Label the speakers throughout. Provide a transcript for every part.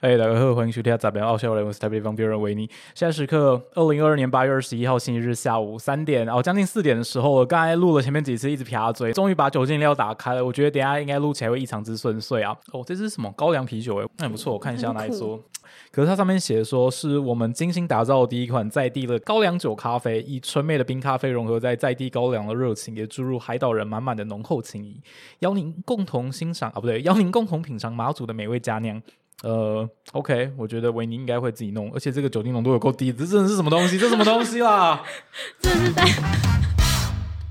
Speaker 1: 哎、大家好，欢迎收听《杂粮傲笑人》，我是台北地方辩人维尼。现在时刻二零二二年八月二十一号星期日下午三点，哦，将近四点的时候，我刚才录了前面几次一直撇嘴，终于把酒精饮料打开了。我觉得等一下应该录起来会异常之顺遂啊！哦，这是什么高粱啤酒、哎，那、很不错，我看一下哪一桌。可是它上面写说是我们精心打造的第一款在地的高粱酒咖啡，以纯美的冰咖啡融合在在地高粱的热情，也注入海岛人满满的浓厚情谊。邀您共同欣赏啊，不对，邀您共同品尝马祖的美味佳酿。呃，OK，我觉得维尼应该会自己弄，而且这个酒精浓度有够低，这真的是什么东西？这什么东西啦？
Speaker 2: 这是 在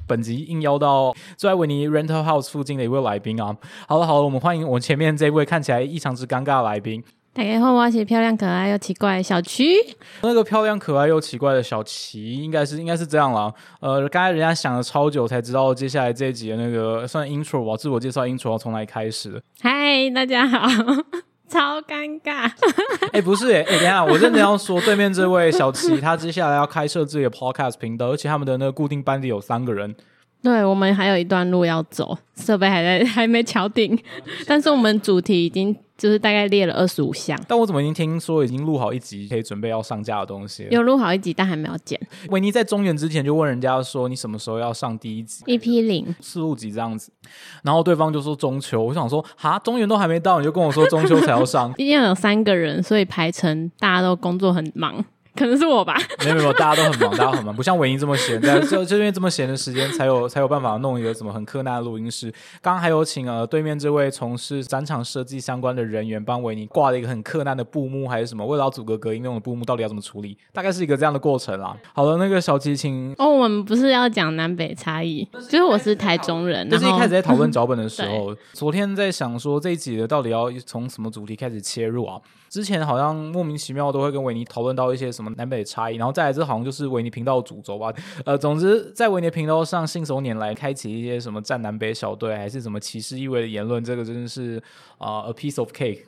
Speaker 1: 本集应邀到住在维尼 Rental House 附近的一位来宾啊。好了好了，我们欢迎我前面这位看起来异常之尴尬的来宾，
Speaker 2: 大家好，我是漂亮可爱又奇怪的小曲。
Speaker 1: 那个漂亮、可爱又奇怪的小琪，应该是应该是这样啦。呃，刚才人家想了超久，才知道接下来这一集的那个算 intro 吧，自我介绍 intro 要从哪里开始的。
Speaker 2: 嗨，大家好， 超尴尬。
Speaker 1: 哎、不是哎、哎，等一下，我认真要说，对面这位小琪，他接下来要开设自己的 podcast 频道，而且他们的那个固定班底有三个人。
Speaker 2: 对我们还有一段路要走，设备还在还没敲定， 但是我们主题已经就是大概列了二十五项，
Speaker 1: 但我怎么已经听说已经录好一集，可以准备要上架的东西了？
Speaker 2: 有录好一集，但还没有剪
Speaker 1: 维尼在中原之前就问人家说，你什么时候要上第一集？
Speaker 2: EP 零。
Speaker 1: 四五集这样子，然后对方就说中秋，我想说哈，中原都还没到，你就跟我说中秋才要上，
Speaker 2: 一定要有三个人，所以排成大家都工作很忙，可能是我吧。
Speaker 1: 没有没有，大家都很忙，大家都很忙，不像维尼这么闲，但就就因为这么闲的时间，才有才有办法弄一个什么很困难的录音室。刚刚还有请呃对面这位从事展场设计相关的人员帮维尼挂了一个很困难的布幕，还是什么，为了要阻隔隔音用的布幕，到底要怎么处理？大概是一个这样的过程啦。好了，那个小提琴。
Speaker 2: 哦，我们不是要讲南北差异，就是我是台中人，
Speaker 1: 就是一
Speaker 2: 然后
Speaker 1: 开始在讨 论脚本的时候，昨天在想说这一集的到底要从什么主题开始切入啊？之前好像莫名其妙都会跟维尼讨论到一些什么南北差异，然后再来这好像就是维尼频道的主轴吧。呃，总之在维尼频道上信手拈来开启一些什么站南北小队，还是什么歧视意味的言论，这个真的是啊、呃 a piece of cake。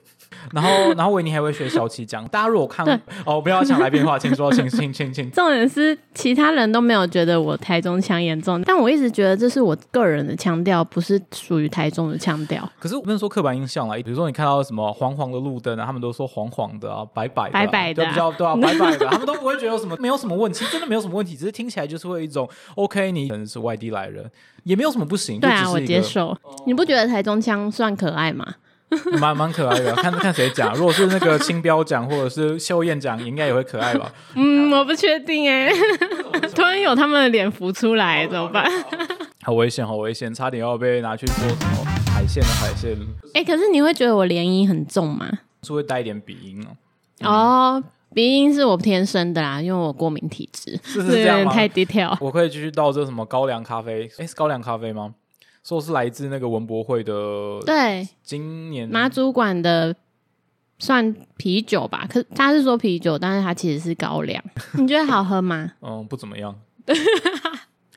Speaker 1: 然 后，然后维尼还会学小七讲，大家如果看哦，不要抢来宾的话，请说，请请请请。
Speaker 2: 重点是其他人都没有觉得我台中腔严重，但我一直觉得这是我个人的腔调，不是属于台中的腔调。
Speaker 1: 可是我不能说刻板印象啦，比如说你看到什么黄黄的路灯啊，他们都说黄黄的啊，白白的、啊，
Speaker 2: 白白的
Speaker 1: 就比较对啊，白白 的，他们都不会觉得有什么，没有什么问题，真的没有什么问题，只是听起来就是会有一种 OK，你可能是外地来人，也没有什么不行，
Speaker 2: 对啊，
Speaker 1: 就
Speaker 2: 我
Speaker 1: 只是一
Speaker 2: 接
Speaker 1: 个哦
Speaker 2: 受。你不觉得台中腔算可爱吗？
Speaker 1: 蛮蛮可爱的，啊看看谁讲，如果是那个青标奖或者是秀燕奖，应该也会可爱吧。
Speaker 2: 嗯，我不确定 哎、突然有他们的脸浮出来，怎么办？
Speaker 1: 哦好危险，好危险，差点要被拿去做什么海鲜的海鲜，
Speaker 2: 哎、可是你会觉得我涟漪很重吗？
Speaker 1: 是会带一点鼻音哦。
Speaker 2: 哦，鼻音是我天生的啦，因为我过敏体质，
Speaker 1: 是是
Speaker 2: 有
Speaker 1: 这样
Speaker 2: 点
Speaker 1: 吗？
Speaker 2: 太 detail。
Speaker 1: 我可以继续到这什么高粱咖啡？诶，是高粱咖啡吗？说是来自那个文博会的
Speaker 2: 对，
Speaker 1: 今年
Speaker 2: 马主管的算啤酒吧，可是他是说啤酒，但是它其实是高粱。你觉得好 喝吗？
Speaker 1: 嗯不怎么 样。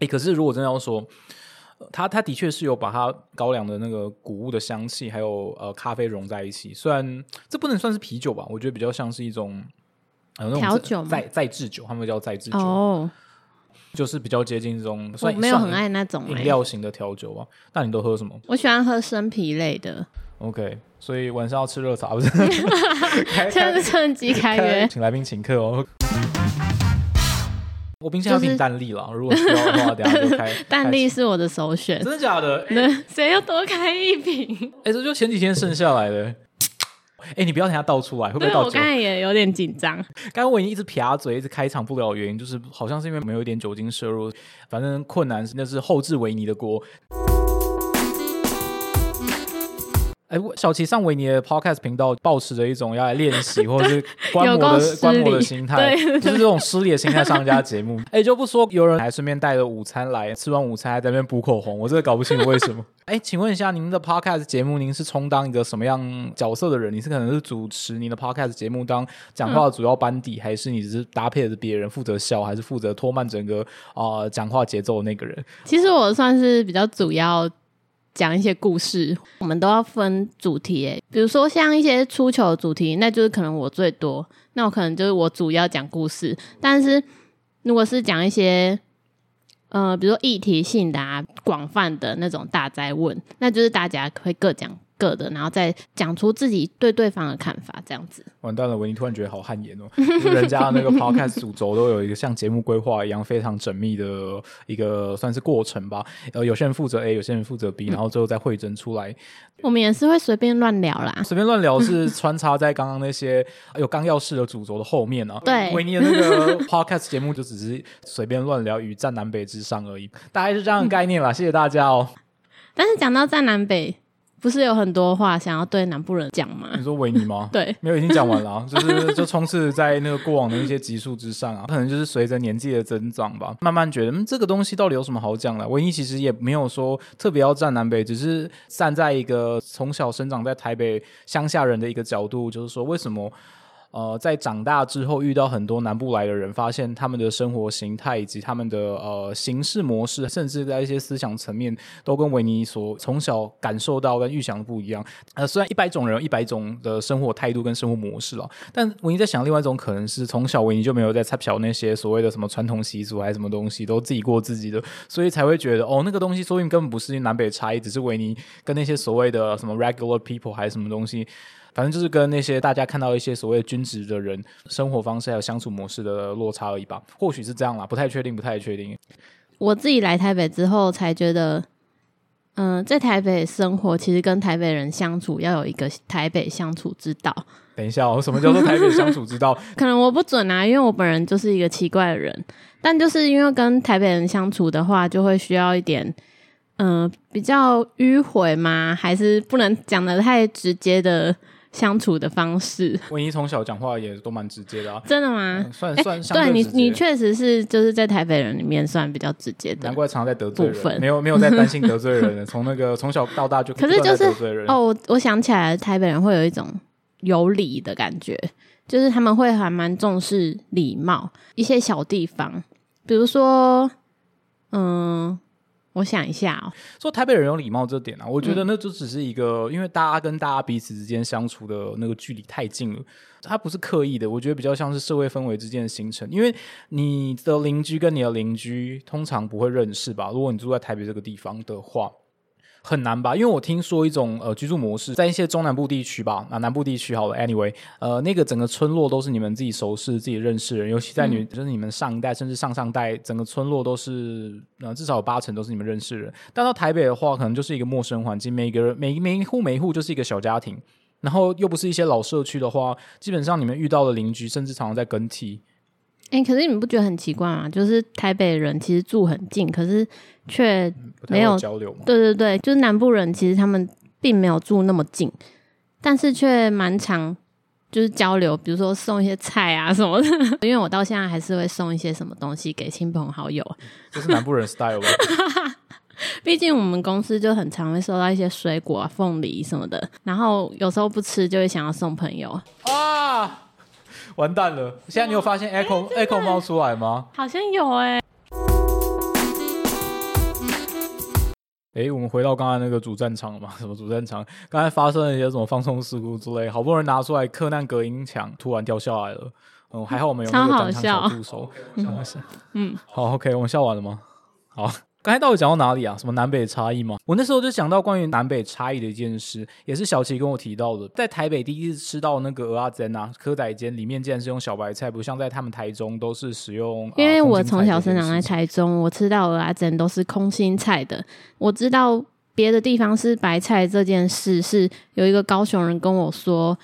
Speaker 1: 哎、可是如果真的要说，呃它它的确是有把它高粱的那个谷物的香气，还有呃咖啡融在一起。虽然这不能算是啤酒吧，我觉得比较像是一种呃那种
Speaker 2: 调
Speaker 1: 自
Speaker 2: 酒吗
Speaker 1: 再再制酒，他们叫再制酒，
Speaker 2: 哦，
Speaker 1: 就是比较接近这种
Speaker 2: 我
Speaker 1: 算
Speaker 2: 没有
Speaker 1: 算
Speaker 2: 很爱那种、
Speaker 1: 饮
Speaker 2: 欸，
Speaker 1: 料型的调酒吧。那你都喝什么
Speaker 2: 我喜欢喝生啤类的。
Speaker 1: ？OK，所以晚上要吃热茶 不是？开
Speaker 2: 趁趁机开约，
Speaker 1: 请来宾请客哦。我冰箱要
Speaker 2: 就
Speaker 1: 订
Speaker 2: 是
Speaker 1: 蛋力了，如果需要的话，等一下 就开。
Speaker 2: 蛋力
Speaker 1: 开
Speaker 2: 是我的首选
Speaker 1: 始，。真的假的？哎、
Speaker 2: 那谁要多开一瓶？
Speaker 1: 这就前几天剩下来的。哎、你不要等下倒出来，会不会
Speaker 2: 对
Speaker 1: 倒
Speaker 2: 我
Speaker 1: 酒
Speaker 2: 刚？才也有点紧张。
Speaker 1: 刚刚我已经一直撇嘴，一直开场不了，的原因就是好像是因为没有一点酒精摄入，反正困难是那是后置维尼的锅。哎，我小齐上维尼的 podcast 频道，保持着一种要来练习或者是观
Speaker 2: 有
Speaker 1: 摩
Speaker 2: 够
Speaker 1: 的
Speaker 2: 失
Speaker 1: 观摩的
Speaker 2: 礼
Speaker 1: 心态，
Speaker 2: 对
Speaker 1: 就是这种失礼的心态上人家节 目。哎，就不说有人还顺便带着午餐来，吃完午餐还在那边补口红，我真的搞不清楚为什 么。哎，请问一下，您的 podcast 节目，您是充当一个什么样角色的人？你是可能是主持您的 podcast 节目当讲话的主要班底，还是你只是搭配着别人负责笑，还是负责拖慢整个啊、呃讲话节奏的那个人？
Speaker 2: 其实我算是比较主要讲一些故事，我们都要分主题诶、比如说像一些出糗的主题，那就是可能我最多，那我可能就是我主要讲故事。但是如果是讲一些呃，比如说议题性的啊、广泛的那种大灾问，那就是大家会各讲各的，然后再讲出自己对对方的看法，这样子。
Speaker 1: 完蛋了，维尼突然觉得好汗颜哦！就是人家那个 podcast 主轴都有一个像节目规划一样非常缜密的一个算是过程吧。呃，有些人负责 A，有些人负责 B，然后最后再汇整出来。
Speaker 2: 我们也是会随便乱聊啦，
Speaker 1: 随便乱聊是穿插在刚刚那些有纲要式的主轴的后面啊。
Speaker 2: 对
Speaker 1: 维尼的那个 podcast 节目就只是随便乱聊，与战南北之上而已，大概是这样的概念啦。谢谢大家哦。
Speaker 2: 但是讲到在南北，不是有很多话想要对南部人讲吗
Speaker 1: 你？说维尼吗？
Speaker 2: 对，
Speaker 1: 没有，已经讲完了、啊，就是就充斥在那个过往的一些集数之上啊，可能就是随着年纪的增长吧，慢慢觉得嗯，这个东西到底有什么好讲的？维尼其实也没有说特别要站南北，只是站在一个从小生长在台北乡下人的一个角度，就是说为什么。呃，在长大之后遇到很多南部来的人，发现他们的生活形态以及他们的呃行事模式，甚至在一些思想层面，都跟维尼所从小感受到跟预想的不一样。呃，虽然一百种人有一百种的生活态度跟生活模式了，哦但维尼在想另外一种可能是，从小维尼就没有在插小那些所谓的什么传统习俗还是什么东西，都自己过自己的，所以才会觉得哦，那个东西说不定根本不是南北差异，只是维尼跟那些所谓的什么 regular people 还是什么东西反正就是跟那些大家看到一些所谓均值的人生活方式还有相处模式的落差而已吧，或许是这样啦，不太确定，不太确定。
Speaker 2: 我自己来台北之后才觉得，嗯、在台北生活其实跟台北人相处要有一个台北相处之道。
Speaker 1: 等一下、哦，什么叫做台北相处之道？
Speaker 2: 可能我不准啊，因为我本人就是一个奇怪的人。但就是因为跟台北人相处的话，就会需要一点，嗯、比较迂回吗？还是不能讲的太直接的相处的方式？
Speaker 1: 维尼从小讲话也都蛮直接 的啊，
Speaker 2: 真的吗？
Speaker 1: 嗯算
Speaker 2: 哎
Speaker 1: 算相
Speaker 2: 对你，
Speaker 1: 直接
Speaker 2: 你确实是就是在台北人里面算比较直接的
Speaker 1: 难。怪常常在得罪
Speaker 2: 部分
Speaker 1: 人，没有没有在担心得罪人 了。从那个从小到大就
Speaker 2: 可是
Speaker 1: 不断在
Speaker 2: 就是
Speaker 1: 得罪人，
Speaker 2: 哦，我我想起来，台北人会有一种有理的感觉，就是他们会还蛮重视礼貌，一些小地方，比如说，嗯，我想一下哦，
Speaker 1: 说台北人有礼貌这点啊，我觉得那就只是一个，因为大家跟大家彼此之间相处的那个距离太近了，它不是刻意的，我觉得比较像是社会氛围之间的形成。因为你的邻居跟你的邻居通常不会认识吧？如果你住在台北这个地方的话。很难吧？因为我听说一种呃居住模式，在一些中南部地区吧，啊南部地区好了，anyway，呃那个整个村落都是你们自己熟识、自己认识的人，尤其在你、就是你们上一代甚至上上代，整个村落都是呃至少有八成都是你们认识的人。但到台北的话，可能就是一个陌生环境，每个人每每一户每一户就是一个小家庭，然后又不是一些老社区的话，基本上你们遇到的邻居甚至常常在更替。
Speaker 2: 哎、可是你们不觉得很奇怪吗？就是台北人其实住很近，可是却
Speaker 1: 不太会
Speaker 2: 没有
Speaker 1: 交流嘛？
Speaker 2: 对对对，就是南部人其实他们并没有住那么近，但是却蛮常就是交流，比如说送一些菜啊什么的。 因为我到现在还是会送一些什么东西给亲朋好友，
Speaker 1: 这是南部人 style 吧？
Speaker 2: 毕竟我们公司就很常会收到一些水果啊、凤梨什么的，然后有时候不吃就会想要送朋友，
Speaker 1: 啊，完蛋了！现在你有发现 echo、echo 猫出来吗？
Speaker 2: 好像有哎、
Speaker 1: 诶，我们回到刚才那个主战场了嘛？什 么主战场？刚才发生了一些什么放松事故之类，好不容易拿出来克难隔音墙，突然掉下来了。嗯，还好我们有那
Speaker 2: 超
Speaker 1: 个
Speaker 2: 好
Speaker 1: 战场
Speaker 2: 笑
Speaker 1: 小助手。嗯，
Speaker 2: 嗯
Speaker 1: 好，OK，我们笑完了吗？好，刚才到底讲到哪里啊？什么南北差异吗？我那时候就讲到关于南北差异的一件事，也是小齐跟我提到的，在台北第一次吃到那个鹅阿珍啊，蚵仔煎里面竟然是用小白菜，不像在他们台中都是使用。
Speaker 2: 因为
Speaker 1: 呃
Speaker 2: 我
Speaker 1: 空心菜
Speaker 2: 从小
Speaker 1: 这
Speaker 2: 生
Speaker 1: 件
Speaker 2: 长在
Speaker 1: 事情
Speaker 2: 台中，我吃到的阿珍都是空心菜的。我知道别的地方是白菜这件事，是有一个高雄人跟我说，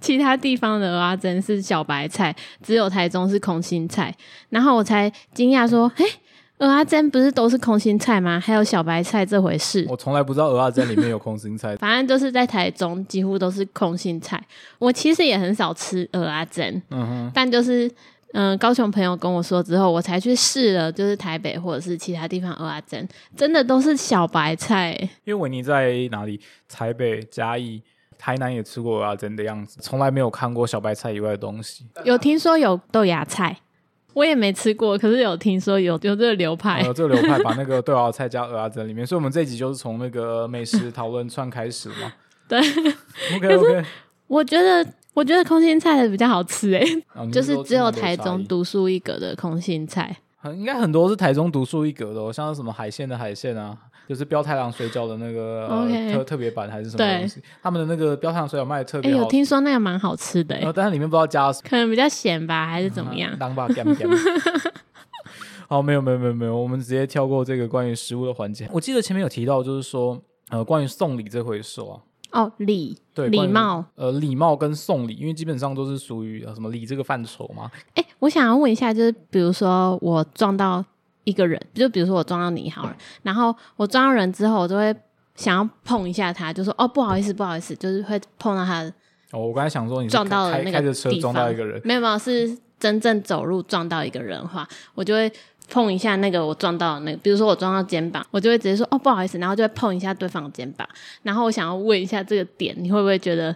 Speaker 2: 其他地方的阿珍是小白菜，只有台中是空心菜。然后我才惊讶说：“哎、鹅阿珍不是都是空心菜吗？还有小白菜这回事？”，
Speaker 1: 我从来不知道鹅阿珍里面有空心菜
Speaker 2: 反正就是在台中几乎都是空心菜。我其实也很少吃鹅阿珍，
Speaker 1: 嗯哼，
Speaker 2: 但就是嗯、呃高雄朋友跟我说之后，我才去试了，就是台北或者是其他地方蚵仔煎，真的都是小白菜、
Speaker 1: 因为维尼在哪里？台北、嘉义、台南也吃过鹅阿珍的样子，从来没有看过小白菜以外的东 西。
Speaker 2: 有听说有豆芽菜，我也没吃过，可是有听说有有这个流派。
Speaker 1: 呃，这个流派把那个豆芽菜加鹅阿珍里面，所以我们这一集就是从那个美食讨论串开始嘛。
Speaker 2: 对
Speaker 1: OK OK，
Speaker 2: 我觉得，我觉得空心菜的比较好吃诶、
Speaker 1: 哦
Speaker 2: 就是只有台中
Speaker 1: 读，
Speaker 2: 独树一格的空心菜。
Speaker 1: 很应该很多是台中独树一格的、哦，像是什么海鲜的海鲜啊，就是标太郎水饺的那个、呃
Speaker 2: OK
Speaker 1: 特特别版还是什么东西，他们的那个标太郎水饺卖的特
Speaker 2: 哎、
Speaker 1: 别好呃
Speaker 2: 有，听说那个蛮好吃的、
Speaker 1: 然
Speaker 2: 欸
Speaker 1: 后，但是里面不知道加了什么。
Speaker 2: 可能比较咸吧，还是怎
Speaker 1: 嗯
Speaker 2: 么样？
Speaker 1: 啊当吧干干。 好，没有没有没有没有，我们直接跳过这个关于食物的环节。我记得前面有提到，就是说，呃，关于送礼这回事啊，
Speaker 2: 哦，礼
Speaker 1: 对，
Speaker 2: 礼
Speaker 1: 关于
Speaker 2: 貌，
Speaker 1: 呃，礼貌跟送礼，因为基本上都是属于呃什么礼这个范畴嘛。
Speaker 2: 哎、我想要问一下，就是比如说我撞到一个人，就比如说我撞到你好了，然后我撞到人之后，我就会想要碰一下他，就说哦不好意思不好意思，就是会碰到他的，
Speaker 1: 哦，我刚才想说你是
Speaker 2: 撞到了
Speaker 1: 开
Speaker 2: 那个
Speaker 1: 开着车
Speaker 2: 地
Speaker 1: 撞到
Speaker 2: 方
Speaker 1: 一个人，
Speaker 2: 没有没有是真正走路撞到一个人的话，我就会碰一下那个我撞到的那个，比如说我撞到肩膀，我就会直接说哦不好意思，然后就会碰一下对方的肩膀，然后我想要问一下这个点，你会不会觉得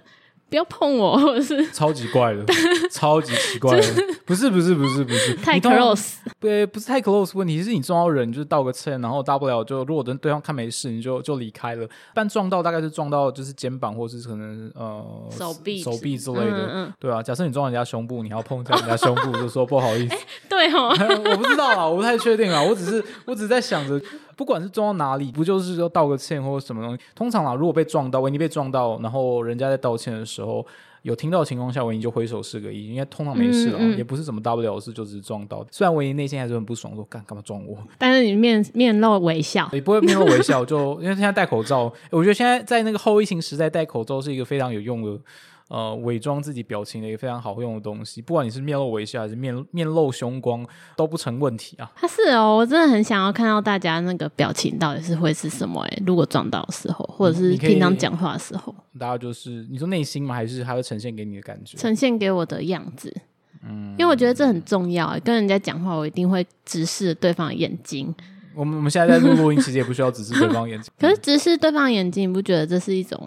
Speaker 2: 不要碰我，或者是
Speaker 1: 超级怪的，超级奇怪的， 不是不是不是不是，
Speaker 2: 太
Speaker 1: 你通常
Speaker 2: close？
Speaker 1: 对，不是太 close 问题，是你撞到人就是道个歉，然后大不了就如果等对方看没事，你就就离开了。但撞到大概是撞到就是肩膀或是可能呃
Speaker 2: 手臂
Speaker 1: 手
Speaker 2: 之
Speaker 1: 臂之类
Speaker 2: 嗯
Speaker 1: 的。
Speaker 2: 嗯嗯，
Speaker 1: 对啊，假设你撞人家胸部，你还要碰一下人家胸部，就说不好意思，
Speaker 2: 对 哦，
Speaker 1: 我不知道啊，我不太确定啊，我只是我只是在想着，不管是撞到哪里，不就是说道个歉或者什么东西？通常啊，如果被撞到，维尼被撞到，然后人家在道歉的时候有听到的情况下，维尼就挥手示个意，应该通常没事了，
Speaker 2: 嗯嗯
Speaker 1: 也不是什么大不了的事，就只是撞到。虽然维尼内心还是很不爽，说干干嘛撞我，
Speaker 2: 但是你面面露微笑。
Speaker 1: 也不会面露微笑，就因为现在戴口 罩，我觉得现在在那个后疫情时代，戴口罩是一个非常有用的。呃，伪装自己表情的一个非常好用的东西，不管你是面露微笑还是面面露凶光，都不成问题啊。
Speaker 2: 他是哦，我真的很想要看到大家那个表情到底是会是什么哎、如果撞到的时候，或者是
Speaker 1: 你可以
Speaker 2: 平常讲话的时候，
Speaker 1: 大家就是你说内心吗？还是它会呈现给你的感觉？
Speaker 2: 呈现给我的样子。嗯，因为我觉得这很重要、欸，跟人家讲话，我一定会直视对方的眼睛。
Speaker 1: 我们我们现在在录录音，其实也不需要只是对方眼睛，
Speaker 2: 可是直视对方的眼睛，你不觉得这是一种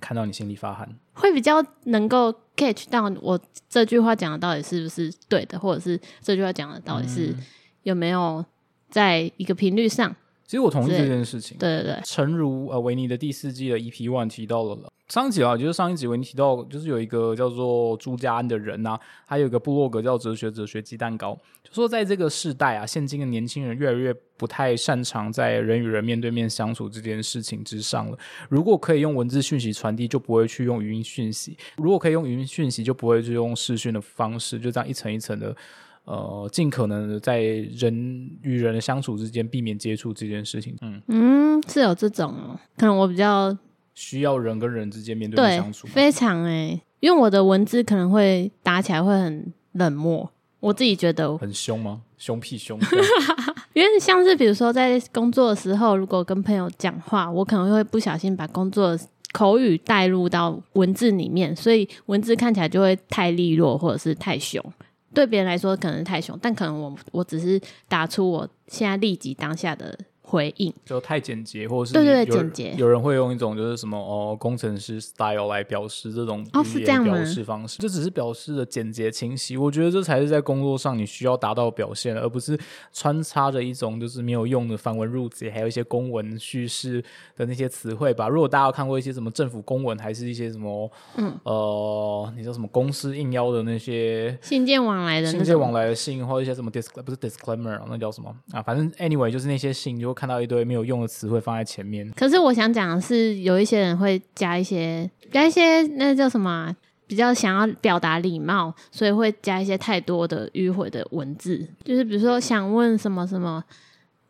Speaker 1: 看到你心里发寒。
Speaker 2: 会比较能够 catch 到我这句话讲的到底是不是对的，或者是这句话讲的到底是
Speaker 1: 嗯
Speaker 2: 有没有在一个频率上？
Speaker 1: 其实我同意
Speaker 2: 对
Speaker 1: 这件事情，
Speaker 2: 对对对，
Speaker 1: 诚如呃维尼的第四季的 EP One 提到了上一集啊，就是上一集维尼提到，就是有一个叫做朱家安的人呐、还有一个部落格叫哲学哲学鸡蛋糕，就说在这个世代啊，现今的年轻人越来越不太擅长在人与人面对面相处这件事情之上了。如果可以用文字讯息传递，就不会去用语音讯息；如果可以用语音讯息，就不会去用视讯的方式，就这样一层一层的。呃，尽可能的在人与人的相处之间避免接触这件事情，嗯，
Speaker 2: 嗯，是有这种哦、可能我比较
Speaker 1: 需要人跟人之间面对面
Speaker 2: 对
Speaker 1: 相处吗。
Speaker 2: 非常哎、因为我的文字可能会打起来会很冷漠，我自己觉得，
Speaker 1: 很凶吗？凶屁凶！
Speaker 2: 因为像是比如说在工作的时候，如果跟朋友讲话，我可能会不小心把工作的口语带入到文字里面，所以文字看起来就会太利落或者是太凶。对别人来说可能太凶，但可能我我只是打出我现在立即当下的回应。
Speaker 1: 就太简洁，或者是
Speaker 2: 对对对
Speaker 1: 有人
Speaker 2: 简洁
Speaker 1: 有人会用一种就是什么哦，工程师 style 来表示这种
Speaker 2: 哦
Speaker 1: 语
Speaker 2: 是
Speaker 1: 言
Speaker 2: 这样吗
Speaker 1: 表示方式，这只是表示的简洁清晰。我觉得这才是在工作上你需要达到的表现，而不是穿插着一种就是没有用的繁文缛节，还有一些公文叙事的那些词汇吧。如果大家有看过一些什么政府公文，还是一些什么嗯呃，你说什么公司应邀的那些
Speaker 2: 信件往来的那
Speaker 1: 信件
Speaker 2: 种
Speaker 1: 往来的信，或者一些什么 disc 不是 disclaimer，哦那叫什么啊？反正 anyway 就是那些信，你就会看到一堆没有用的词汇放在前面。
Speaker 2: 可是我想讲的是，有一些人会加一些加一些那叫什么啊、比较想要表达礼貌，所以会加一些太多的迂回的文字，就是比如说想问什么什么，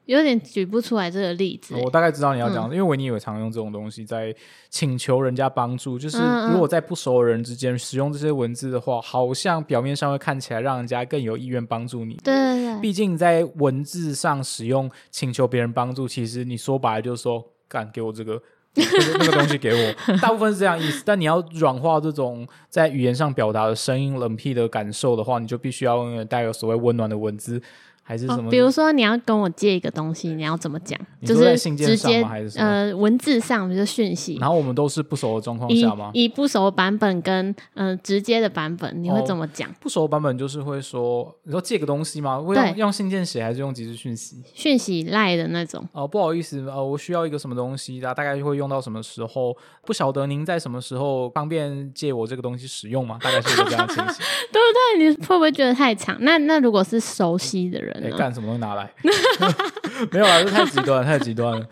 Speaker 2: 有点举不出来这个例子、
Speaker 1: 哦我大概知道你要讲，
Speaker 2: 嗯
Speaker 1: 因为维尼也常用这种东西在请求人家帮助。就是
Speaker 2: 嗯嗯
Speaker 1: 如果在不熟的人之间使用这些文字的话，好像表面上会看起来让人家更有意愿帮助你。
Speaker 2: 对对对，
Speaker 1: 毕竟在文字上使用请求别人帮助，其实你说白了就是说，干给我这 个。那个那个东西给我，大部分是这样意思。但你要软化这种在语言上表达的声音冷僻的感受的话，你就必须要用带有所谓温暖的文字，还是什
Speaker 2: 哦
Speaker 1: 么？
Speaker 2: 比如说你要跟我借一个东西，你要怎么讲？
Speaker 1: 你
Speaker 2: 就
Speaker 1: 说在
Speaker 2: 是
Speaker 1: 信件
Speaker 2: 直
Speaker 1: 上吗
Speaker 2: 接
Speaker 1: 还是什么
Speaker 2: 呃文字上，比如说讯息，
Speaker 1: 然后我们都是不熟的状况
Speaker 2: 以
Speaker 1: 下吗？
Speaker 2: 以不熟版本跟嗯、呃直接的版本，你会
Speaker 1: 哦
Speaker 2: 怎么讲？
Speaker 1: 不熟的版本就是会说，你说借个东西吗？会用
Speaker 2: 对
Speaker 1: 用信件写还是用即时讯息？
Speaker 2: 讯息赖的那种。
Speaker 1: 哦、不好意思，呃，我需要一个什么东西，大大概会用到什么时候？不晓得您在什么时候方便借我这个东西使用吗？大概是一个这样的情 形。
Speaker 2: 那你会不会觉得太长？那那如果是熟悉的人
Speaker 1: 哎，
Speaker 2: 呢？
Speaker 1: 干什么东西拿来？ 没有啊，这太极端了，太极端了。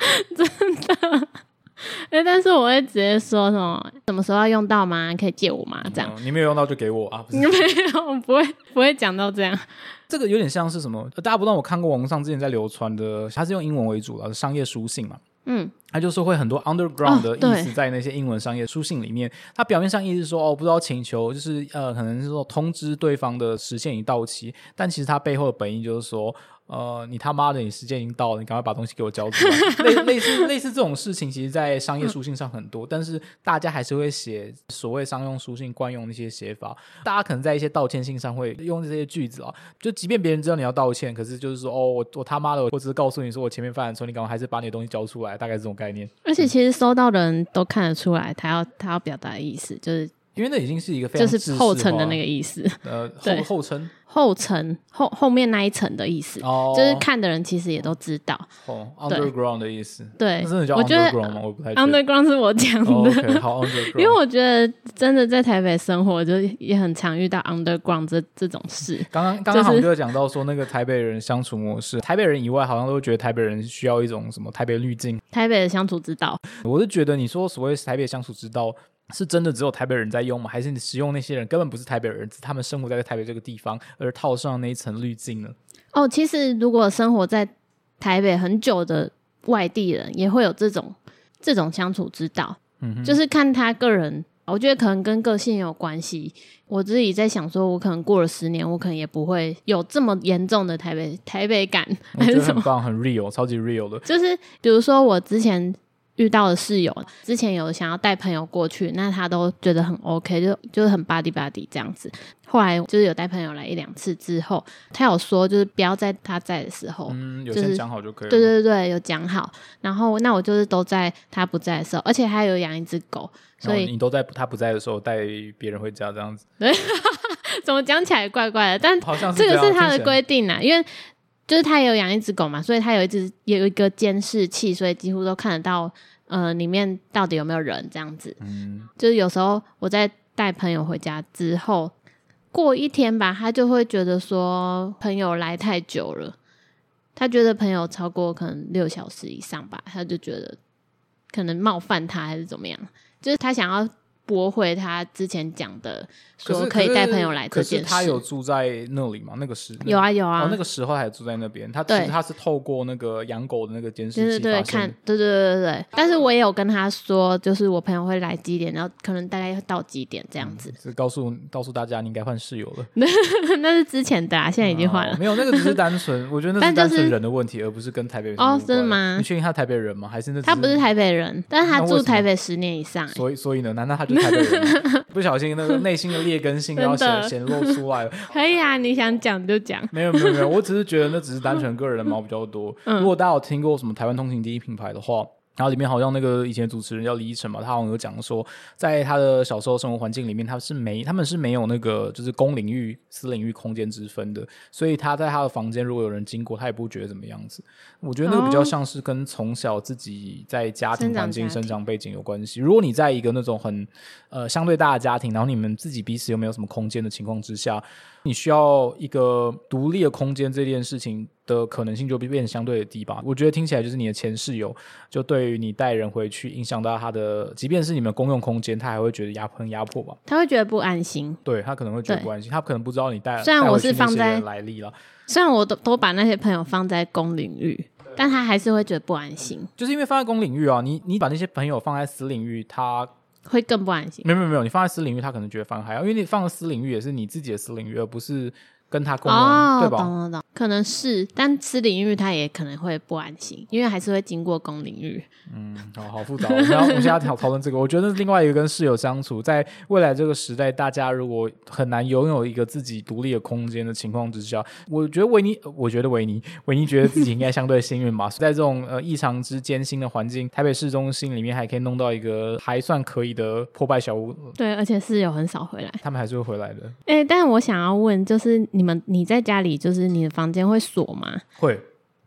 Speaker 2: 哎，但是我会直接说什么什么时候要用到吗？可以借我吗？这样。
Speaker 1: 嗯你没有用到就给我啊，不
Speaker 2: 没
Speaker 1: 是
Speaker 2: 有，我不会不会讲到这样。
Speaker 1: 这个有点像是什么？呃大家不知道，我看过网络上之前在流传的，它是用英文为主的商业书信嘛。
Speaker 2: 嗯，
Speaker 1: 它就是会很多 underground 的
Speaker 2: 哦
Speaker 1: 意思
Speaker 2: 对
Speaker 1: 在那些英文商业书信里面，它表面上意思是说哦，不知道请求，就是呃，可能是说通知对方的时限已到期，但其实它背后的本意就是说，呃，你他妈的，你时间已经到了，你赶快把东西给我交出来。类类似类似这种事情，其实，在商业
Speaker 2: 嗯
Speaker 1: 书信上很多，但是大家还是会写所谓商用书信惯用的一些写法，大家可能在一些道歉信上会用这些句子啊，就即便别人知道你要道歉，可是就是说哦，我我他妈的，我只是告诉你说我前面犯了错，你赶快还是把你的东西交出来，大概是这种概念。
Speaker 2: 而且其实收到的人都看得出来，他要他要表达的意思就是
Speaker 1: 因为那已经是一个非
Speaker 2: 就
Speaker 1: 常
Speaker 2: 是后层的那
Speaker 1: 个
Speaker 2: 个意思，
Speaker 1: 呃
Speaker 2: 对
Speaker 1: 后后层
Speaker 2: 后层后后面那一层的意思，
Speaker 1: 哦，
Speaker 2: 就是看的人其实也都知道。
Speaker 1: 哦
Speaker 2: 对
Speaker 1: underground 的意思。
Speaker 2: 对，
Speaker 1: 那真的叫
Speaker 2: 我觉得
Speaker 1: underground 吗？我不太确定。
Speaker 2: underground 是我讲的。
Speaker 1: 哦 OK，好 underground。
Speaker 2: 因为我觉得真的在台北生活，就也很常遇到 underground 这这种事。
Speaker 1: 刚刚刚刚好像就讲到说那个台北人相处模式，台北人以外好像都会觉得台北人需要一种什么台北滤镜。
Speaker 2: 台北的相处之道，
Speaker 1: 我是觉得你说所谓台北相处之道。是真的只有台北人在用吗？还是你使用那些人根本不是台北人，只是他们生活在台北这个地方，而套上那一层滤镜呢？
Speaker 2: 哦，其实如果生活在台北很久的外地人，也会有这种这种相处之道，
Speaker 1: 嗯哼，
Speaker 2: 就是看他个人。我觉得可能跟个性有关系。我自己在想，说我可能过了十年，我可能也不会有这么严重的台北台北感，
Speaker 1: 我
Speaker 2: 还
Speaker 1: 觉
Speaker 2: 是
Speaker 1: 得
Speaker 2: 什
Speaker 1: 很
Speaker 2: 么？
Speaker 1: 棒，很 real，超级 real 的。
Speaker 2: 就是比如说我之前遇到的室友，之前有想要带朋友过去，那他都觉得很 OK，就就是很 buddy buddy 这样子。后来就是有带朋友来一两次之后，他有说就是不要在他在的时候，
Speaker 1: 嗯，有
Speaker 2: 就
Speaker 1: 先
Speaker 2: 是
Speaker 1: 讲好就可以了。
Speaker 2: 对对对，有讲好。然后那我就是都在他不在的时候，而且他有养一只狗，所
Speaker 1: 然后
Speaker 2: 以
Speaker 1: 你都在他不在的时候带别人回家这样子，
Speaker 2: 怎么讲起来怪怪的，但
Speaker 1: 好像
Speaker 2: 这
Speaker 1: 这
Speaker 2: 个
Speaker 1: 样
Speaker 2: 是他
Speaker 1: 听起
Speaker 2: 的
Speaker 1: 来
Speaker 2: 规定啊，因为就是他有养一只狗嘛，所以他有一只有一个监视器，所以几乎都看得到呃里面到底有没有人这样子。
Speaker 1: 嗯，
Speaker 2: 就是有时候我在带朋友回家之后，过一天吧，他就会觉得说朋友来太久了，他觉得朋友超过可能六小时以上吧，他就觉得可能冒犯他还是怎么样，就是他想要驳回他之前讲的说
Speaker 1: 可
Speaker 2: 以
Speaker 1: 是
Speaker 2: 带朋友来
Speaker 1: 可
Speaker 2: 这
Speaker 1: 是
Speaker 2: 件
Speaker 1: 他
Speaker 2: 事。
Speaker 1: 有住在那里吗？那个时
Speaker 2: 有啊有
Speaker 1: 哦
Speaker 2: 啊，，
Speaker 1: 那个时候还住在那边。他其
Speaker 2: 对
Speaker 1: 实他是透过那个养狗的那个监
Speaker 2: 对
Speaker 1: 视
Speaker 2: 对
Speaker 1: 器
Speaker 2: 对，
Speaker 1: 发现
Speaker 2: 看
Speaker 1: 的，
Speaker 2: 对对对对对。但是我也有跟他说，就是我朋友会来几点，然后可能大概要到几点这样子。
Speaker 1: 是告诉告诉大家你应该换室友了。
Speaker 2: 那是之前的啊，现在已经换了
Speaker 1: 嗯哦。没有，那个只是单纯，我觉得那
Speaker 2: 但
Speaker 1: 是
Speaker 2: 就
Speaker 1: 单纯
Speaker 2: 是
Speaker 1: 人的问题，而不是跟台北人
Speaker 2: 哦
Speaker 1: 无关
Speaker 2: 真的吗
Speaker 1: 你确定他台北人吗？还是那只
Speaker 2: 他不是？台北人，但是他
Speaker 1: 那为什
Speaker 2: 住
Speaker 1: 么
Speaker 2: 台北十年以上、欸。
Speaker 1: 所以所以呢？难道他就是台北人 吗？不小心那个内心的劣根性要
Speaker 2: 真
Speaker 1: 显显
Speaker 2: 的
Speaker 1: 露出来了。
Speaker 2: 可以啊，你想讲就讲。
Speaker 1: 没有没有没有，我只是觉得那只是单纯个人的毛比较多。如果大家有听过什么台湾通勤第一品牌的话，然后里面好像那个以前主持人叫李依晨嘛，他好像有讲说，在他的小时候生活环境里面，他是没他们是没有那个就是公领域、私领域空间之分的，所以他在他的房间如果有人经过，他也不会觉得怎么样子。我觉得那个比较像是跟从小自己在家庭啊环境、
Speaker 2: 生长家庭
Speaker 1: 生长背景有关系。如果你在一个那种很呃相对大的家庭，然后你们自己彼此又没有什么空间的情况之下，你需要一个独立的空间，这件事情的可能性就变得相对的低吧。我觉得听起来就是你的前室友，就对于你带人回去，影响到他的，即便是你们公用空间，他还会觉得压很压迫吧。
Speaker 2: 他会觉得不安心，
Speaker 1: 对他可能会觉得
Speaker 2: 对
Speaker 1: 关心，他可能不知道你带
Speaker 2: 虽然
Speaker 1: 带
Speaker 2: 我
Speaker 1: 回去
Speaker 2: 是
Speaker 1: 那
Speaker 2: 放
Speaker 1: 些
Speaker 2: 在
Speaker 1: 人来历了，
Speaker 2: 虽然我都都把那些朋友放在公领域，但他还是会觉得不安心，
Speaker 1: 就是因为放在公领域啊，你你把那些朋友放在私领域，他
Speaker 2: 会更不安心。
Speaker 1: 没有没有没有，你放在私领域，他可能觉得反而还好，因为你放在私领域也是你自己的私领域，而不是跟他共用，对
Speaker 2: 哦懂
Speaker 1: 吧？
Speaker 2: 懂懂，可能是，但私领域他也可能会不安心，因为还是会经过公领域。
Speaker 1: 好好复杂哦，我们要我们现在讨讨论这个，我觉得另外一个跟室友相处，在未来这个时代，大家如果很难拥有一个自己独立的空间的情况之下，我觉得维尼， 呃我觉得维尼，维尼觉得自己应该相对幸运吧，在这种呃异常之艰辛的环境，台北市中心里面还可以弄到一个还算可以的破败小屋，呃
Speaker 2: 对，而且室友很少回来。
Speaker 1: 他们还是会回来的，
Speaker 2: 哎、但我想要问，就是你们你在家里，就是你的房间会锁吗？
Speaker 1: 会。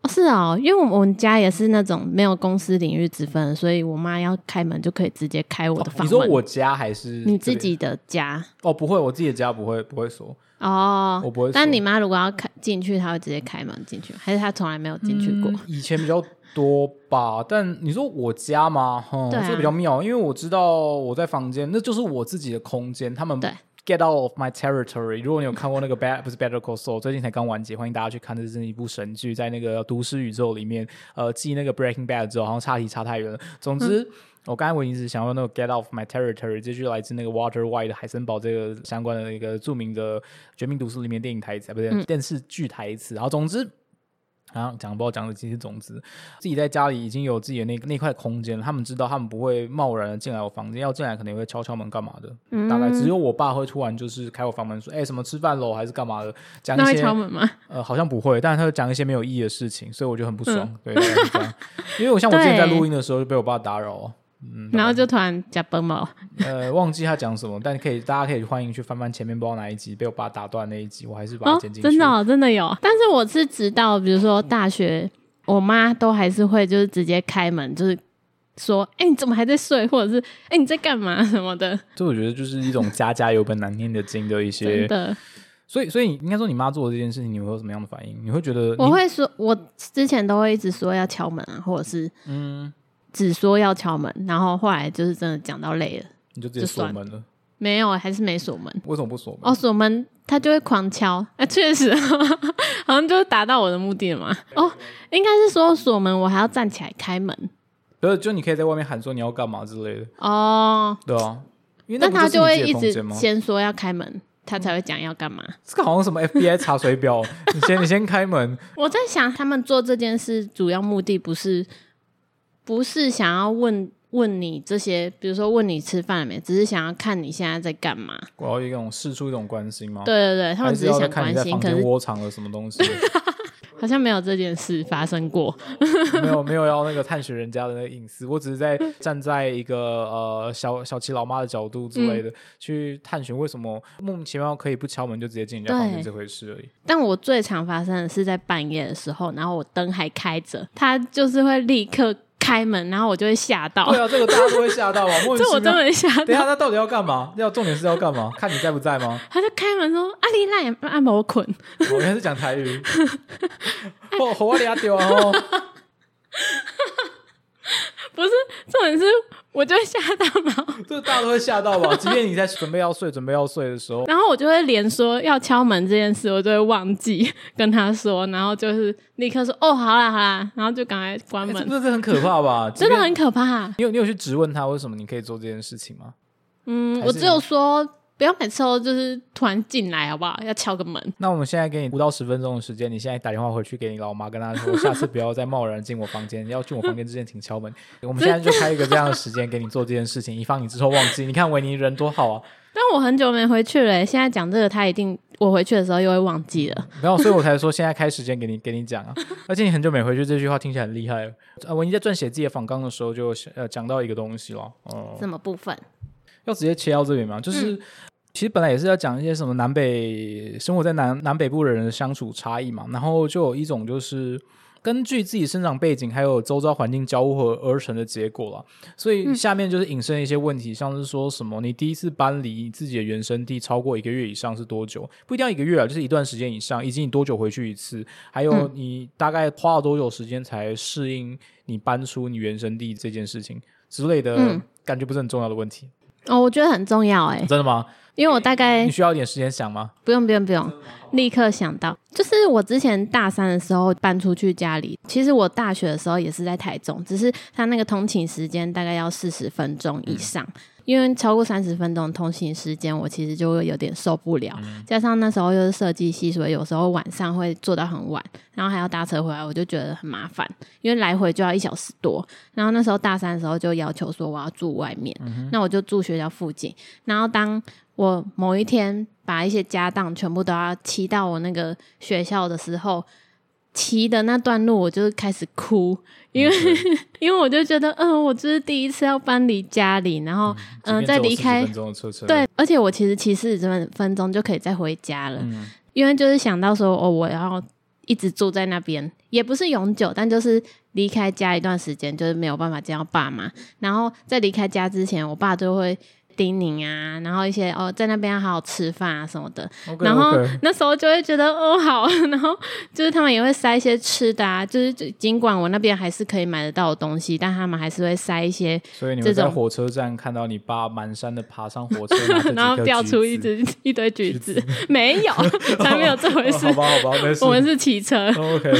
Speaker 2: 哦是哦，因为我们家也是那种没有公司领域之分，所以我妈要开门就可以直接开我的
Speaker 1: 哦你
Speaker 2: 房门。
Speaker 1: 说我家还是
Speaker 2: 你
Speaker 1: 这
Speaker 2: 自
Speaker 1: 边
Speaker 2: 己的家
Speaker 1: 哦，不会，我自己的家不会不会锁，
Speaker 2: 哦，
Speaker 1: 我不会锁。
Speaker 2: 但你妈如果要开进去，她会直接开门进去，还是她从来没有进去过？
Speaker 1: 嗯以前比较多吧，但你说我家吗？哼，
Speaker 2: 对啊
Speaker 1: 这个比较妙，因为我知道我在房间，那就是我自己的空间，他们
Speaker 2: 对
Speaker 1: get out of my territory。如果你有看过那个 Bad 不是 Better Call Saul，最近才刚完结，欢迎大家去看，这是一部神剧，在那个都市宇宙里面，呃，继那个 Breaking Bad 之后，好像差题差太远了。总
Speaker 2: 嗯
Speaker 1: 之。我刚才我一直想要那个 “get off my territory”，这句来自那个 Walter White 海森堡这个相关的一个著名的《绝命毒师》里面电影台词，啊不是、
Speaker 2: 嗯
Speaker 1: 电视剧台词。然后总之，然后讲不知道讲的其实总之，自己在家里已经有自己的那那块空间了，他们知道他们不会贸然的进来我房间，要进来肯定会敲敲门干嘛的。大
Speaker 2: 嗯
Speaker 1: 概只有我爸会突然就是开我房门说，哎、什么吃饭喽，还是干嘛的，讲一
Speaker 2: 那会
Speaker 1: 些
Speaker 2: 敲门吗？
Speaker 1: 呃好像不会，但是他会讲一些没有意义的事情，所以我就很不爽。
Speaker 2: 嗯
Speaker 1: 对，大概是这样因为我像我之前在录音的时候就被我爸打扰。嗯，
Speaker 2: 然后就突然假崩毛，
Speaker 1: 呃，忘记他讲什么，但可以大家可以欢迎去翻翻前面不知道哪一集被我爸打断那一集，我还是把它
Speaker 2: 哦
Speaker 1: 剪进，去。
Speaker 2: 真的、哦、真的有，但是我是直到比如说大学，我妈都还是会就是直接开门，就是说，哎、你怎么还在睡，或者是哎、你在干嘛什么的，
Speaker 1: 这我觉得就是一种家家有本难念的经的一些
Speaker 2: 真的，
Speaker 1: 所以，所以你应该说你妈做的这件事情，你会有什么样的反应？你会觉得你
Speaker 2: 我会说，我之前都会一直说要敲门啊，或者是嗯，只说要敲门，然后后来就是真的讲到累了，
Speaker 1: 你就直接
Speaker 2: 就
Speaker 1: 锁
Speaker 2: 算
Speaker 1: 门了？
Speaker 2: 没有，还是没锁门。
Speaker 1: 为什么不锁门？
Speaker 2: 哦，锁门他就会狂敲，啊，确实， 好像就是达到我的目的了嘛。哦，应该是说锁门，我还要站起来开门
Speaker 1: 不是，就你可以在外面喊说你要干嘛之类的，
Speaker 2: 哦。
Speaker 1: 对啊。因为那
Speaker 2: 但
Speaker 1: 不就
Speaker 2: 他
Speaker 1: 是
Speaker 2: 就
Speaker 1: 你
Speaker 2: 会
Speaker 1: 自己的
Speaker 2: 一
Speaker 1: 空
Speaker 2: 直
Speaker 1: 间吗？
Speaker 2: 先说要开门，他才会讲要干嘛。
Speaker 1: 这个好像什么 FBI 查水表，你先你先开门，
Speaker 2: 我在想，他们做这件事主要目的不是不是想要问问你这些，比如说问你吃饭了没，只是想要看你现在在干嘛。
Speaker 1: 我要一种试出一种关心吗？，
Speaker 2: 对对对，他
Speaker 1: 哦
Speaker 2: 们
Speaker 1: 还
Speaker 2: 只
Speaker 1: 是要
Speaker 2: 想
Speaker 1: 看
Speaker 2: 关
Speaker 1: 你在
Speaker 2: 心，
Speaker 1: 房
Speaker 2: 可
Speaker 1: 间
Speaker 2: 是
Speaker 1: 窝藏了什么东西？
Speaker 2: 好像没有这件事发生过。
Speaker 1: 没有没有要那个探寻人家的那个隐私，我只是在
Speaker 2: 嗯
Speaker 1: 站在一个呃小小七老妈的角度之类的、
Speaker 2: 嗯
Speaker 1: 去探寻为什么莫名其妙可以不敲门就直接进人家房间
Speaker 2: 对
Speaker 1: 这回事而已。
Speaker 2: 但我最常发生的是在半夜的时候，然后我灯还开着，他就是会立刻开门，然后我就会吓到。
Speaker 1: 对啊，啊这个大家都会吓到啊，莫名
Speaker 2: 哦 这
Speaker 1: 其
Speaker 2: 我真
Speaker 1: 妙。
Speaker 2: 的吓
Speaker 1: 等一下，
Speaker 2: 到。
Speaker 1: 他到底要干嘛？要重点是要干嘛？看你在不在吗？
Speaker 2: 他就开门说：“阿丽娜也啊按摩 捆。
Speaker 1: 我原来是讲台语，哦，火里阿丢啊！哦，”
Speaker 2: 不是，重点是我就会吓到，然后
Speaker 1: 这大家都会吓到吧？即便你在准备要睡、准备要睡的时候，
Speaker 2: 然后我就会连说要敲门这件事，我就会忘记跟他说，然后就是立刻说：“哦，好啦好啦。”然后就赶快关
Speaker 1: 哎这
Speaker 2: 门，
Speaker 1: 这这很可怕吧？
Speaker 2: 真的
Speaker 1: 即便
Speaker 2: 很可怕、
Speaker 1: 你有你有去质问他为什么你可以做这件事情吗？
Speaker 2: 嗯，
Speaker 1: 还
Speaker 2: 我
Speaker 1: 是
Speaker 2: 只有说不要每次都就是突然进来好不好？要敲个门。
Speaker 1: 那我们现在给你五到十分钟的时间，你现在打电话回去给你老妈，跟她说，下次不要再贸然进我房间，要进我房间之前请敲门。我们现在就开一个这样的时间给你做这件事情，以防你之后忘记。你看维尼人多好啊！
Speaker 2: 但我很久没回去了耶，现在讲这个，他一定我回去的时候又会忘记了。
Speaker 1: 然后，所以我才说现在开时间给你给你讲啊。而且你很久没回去，这句话听起来很厉害。呃，文一在撰写自己的访纲的时候就，呃讲到一个东西了，哦、
Speaker 2: 什么部分？
Speaker 1: 要直接切到这边嘛，就是。其实本来也是要讲一些什么南北生活在南南北部的人的相处差异嘛，然后就有一种就是根据自己生长背景还有周遭环境交互而成的结果啦。所以下面就是引申一些问题，像是说什么你第一次搬离自己的原生地超过一个月以上是多久？不一定要一个月啊，就是一段时间以上，以及你多久回去一次，还有你大概花了多久时间才适应你搬出你原生地这件事情之类的，
Speaker 2: 嗯
Speaker 1: 感觉不是很重要的问题。
Speaker 2: 哦，我觉得很重要哎，
Speaker 1: 真的吗？
Speaker 2: 因为我大概
Speaker 1: 你需要一点时间想吗？
Speaker 2: 不用不用不用，立刻想到，就是我之前大三的时候搬出去家里，其实我大学的时候也是在台中，只是他那个通勤时间大概要四十分钟以上。因为超过三十分钟的通勤时间，我其实就会有点受不了。加上那时候又是设计系，所以有时候晚上会做到很晚，然后还要搭车回来，我就觉得很麻烦，因为来回就要一小时多。然后那时候大三的时候就要求说我要住外面，那我就住学校附近。然后当我某一天把一些家当全部都要骑到我那个学校的时候，骑的那段路我就是开始哭，因为、 因为我就觉得，嗯，我这是第一次要搬离家里，然后嗯、
Speaker 1: 即便
Speaker 2: 再
Speaker 1: 只有
Speaker 2: 离开
Speaker 1: 40分钟的车程，
Speaker 2: 对，而且我其实骑四十分分钟就可以再回家了，
Speaker 1: 嗯
Speaker 2: 因为就是想到说哦，我要。一直住在那边，也不是永久，但就是离开家一段时间，就是没有办法见到爸妈。然后在离开家之前，我爸就会叮咛啊，然后一些哦，在那边要好好吃饭啊什么的。
Speaker 1: OK，
Speaker 2: 然后
Speaker 1: OK
Speaker 2: 那时候就会觉得哦好， 然后就是他们也会塞一些吃的啊，就是就尽管我那边还是可以买得到的东西，但他们还是会塞一些，
Speaker 1: 所以你
Speaker 2: 这
Speaker 1: 们在
Speaker 2: 种
Speaker 1: 火车站看到你爸蹒跚的爬上火车，拿着
Speaker 2: 然后
Speaker 1: 几 颗
Speaker 2: 掉
Speaker 1: 橘
Speaker 2: 出一
Speaker 1: 子
Speaker 2: 只一堆橘子， 没有，才没有这 回
Speaker 1: 哦
Speaker 2: 事
Speaker 1: 好。吧，好吧，没事。
Speaker 2: 我们是骑车，
Speaker 1: 哦 OK，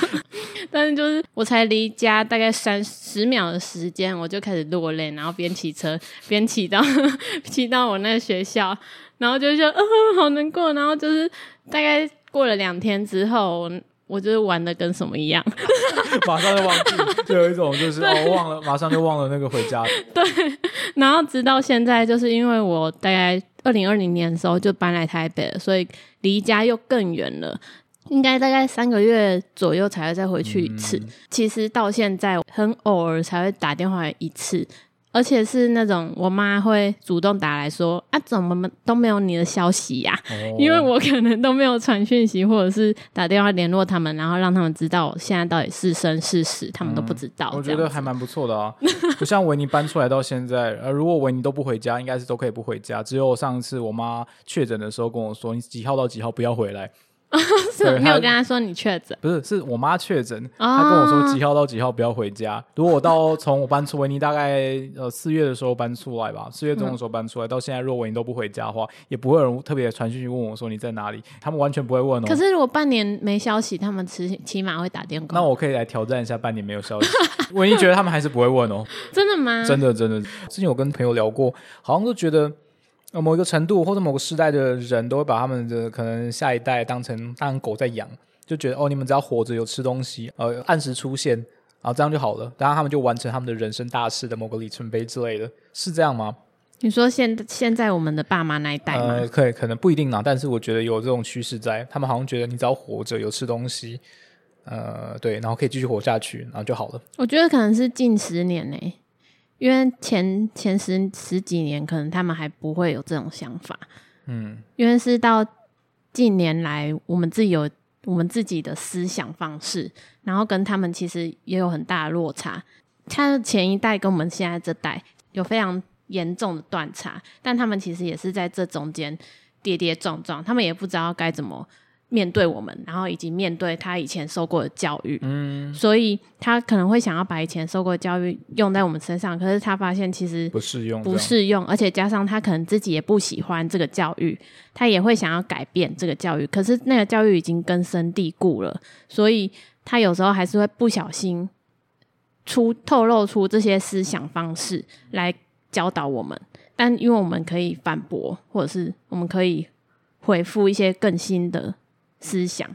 Speaker 2: 但是就是我才离家大概三十秒的时间，我就开始落泪，然后边骑车边骑到 骑到我那个学校，然后就觉得嗯、好难过，然后就是大概过了两天之后，我我就是玩的跟什么一样，
Speaker 1: 马上就忘记，就有一种就是哦忘了，马上就忘了那个回家。
Speaker 2: 然后直到现在，就是因为我大概二零二零年的时候就搬来台北了，所以离家又更远了。应该大概三个月左右才会再回去一次。其实到现在很偶尔才会打电话一次，而且是那种我妈会主动打来说：“啊，怎么都没有你的消息呀、
Speaker 1: 哦
Speaker 2: 因为我可能都没有传讯息，或者是打电话联络他们，然后让他们知道我现在到底是生是死，他们都不知道。
Speaker 1: 哦我
Speaker 2: 这
Speaker 1: 觉
Speaker 2: 样
Speaker 1: 得
Speaker 2: 子
Speaker 1: 还蛮不错的 啊。不像维尼搬出来到现在，呃，如果维尼都不回家，应该是都可以不回家。只有上次我妈确诊的时候跟我说，你几号到几号不要回来。对
Speaker 2: 是没有
Speaker 1: 还
Speaker 2: 跟他说你确诊。
Speaker 1: 不是，是我妈确诊，
Speaker 2: 啊
Speaker 1: 她跟我说几号到几号不要回家。如果我到从我搬出维尼大概呃四月的时候搬出来吧，四月中的时候搬出来，到现在若维尼都不回家的话，也不会有人特别传讯息问我说你在哪里，他们完全不会问哦
Speaker 2: 可。是如果半年没消息，他们起起码会打电话。
Speaker 1: 那我可以来挑战一下半年没有消息， 维尼觉得他们还是不会问哦。
Speaker 2: 真的吗？
Speaker 1: 真的真的，之前我跟朋友聊过，好像都觉得。呃某一个程度或者某个世代的人都会把他们的可能下一代当成当狗在养，就觉得哦，你们只要活着有吃东西，呃，按时出现，然后这样就好了，然后他们就完成他们的人生大事的某个里程碑之类的，是这样吗？
Speaker 2: 你说现现在我们的爸妈那一代吗？
Speaker 1: 呃，可以可能不一定啦，但是我觉得有这种趋势在，他们好像觉得你只要活着有吃东西，呃，对，然后可以继续活下去，然后就好了。
Speaker 2: 我觉得可能是近十年呢、因为前前十十几年可能他们还不会有这种想法，
Speaker 1: 嗯，
Speaker 2: 因为是到近年来我们自己有我们自己的思想方式，然后跟他们其实也有很大的落差。他前一代跟我们现在这代有非常严重的断差，但他们其实也是在这中间跌跌撞撞，他们也不知道该怎么面对我们，然后以及面对他以前受过的教育。嗯，所以他可能会想要把以前受过的教育用在我们身上，可是他发现其实
Speaker 1: 不适用，
Speaker 2: 不，适用，而且加上他可能自己也不喜欢这个教育，他也会想要改变这个教育，可是那个教育已经根深蒂固了，所以他有时候还是会不小心出透露出这些思想方式来教导我们，但因为我们可以反驳，或者是我们可以回复一些更新的思想。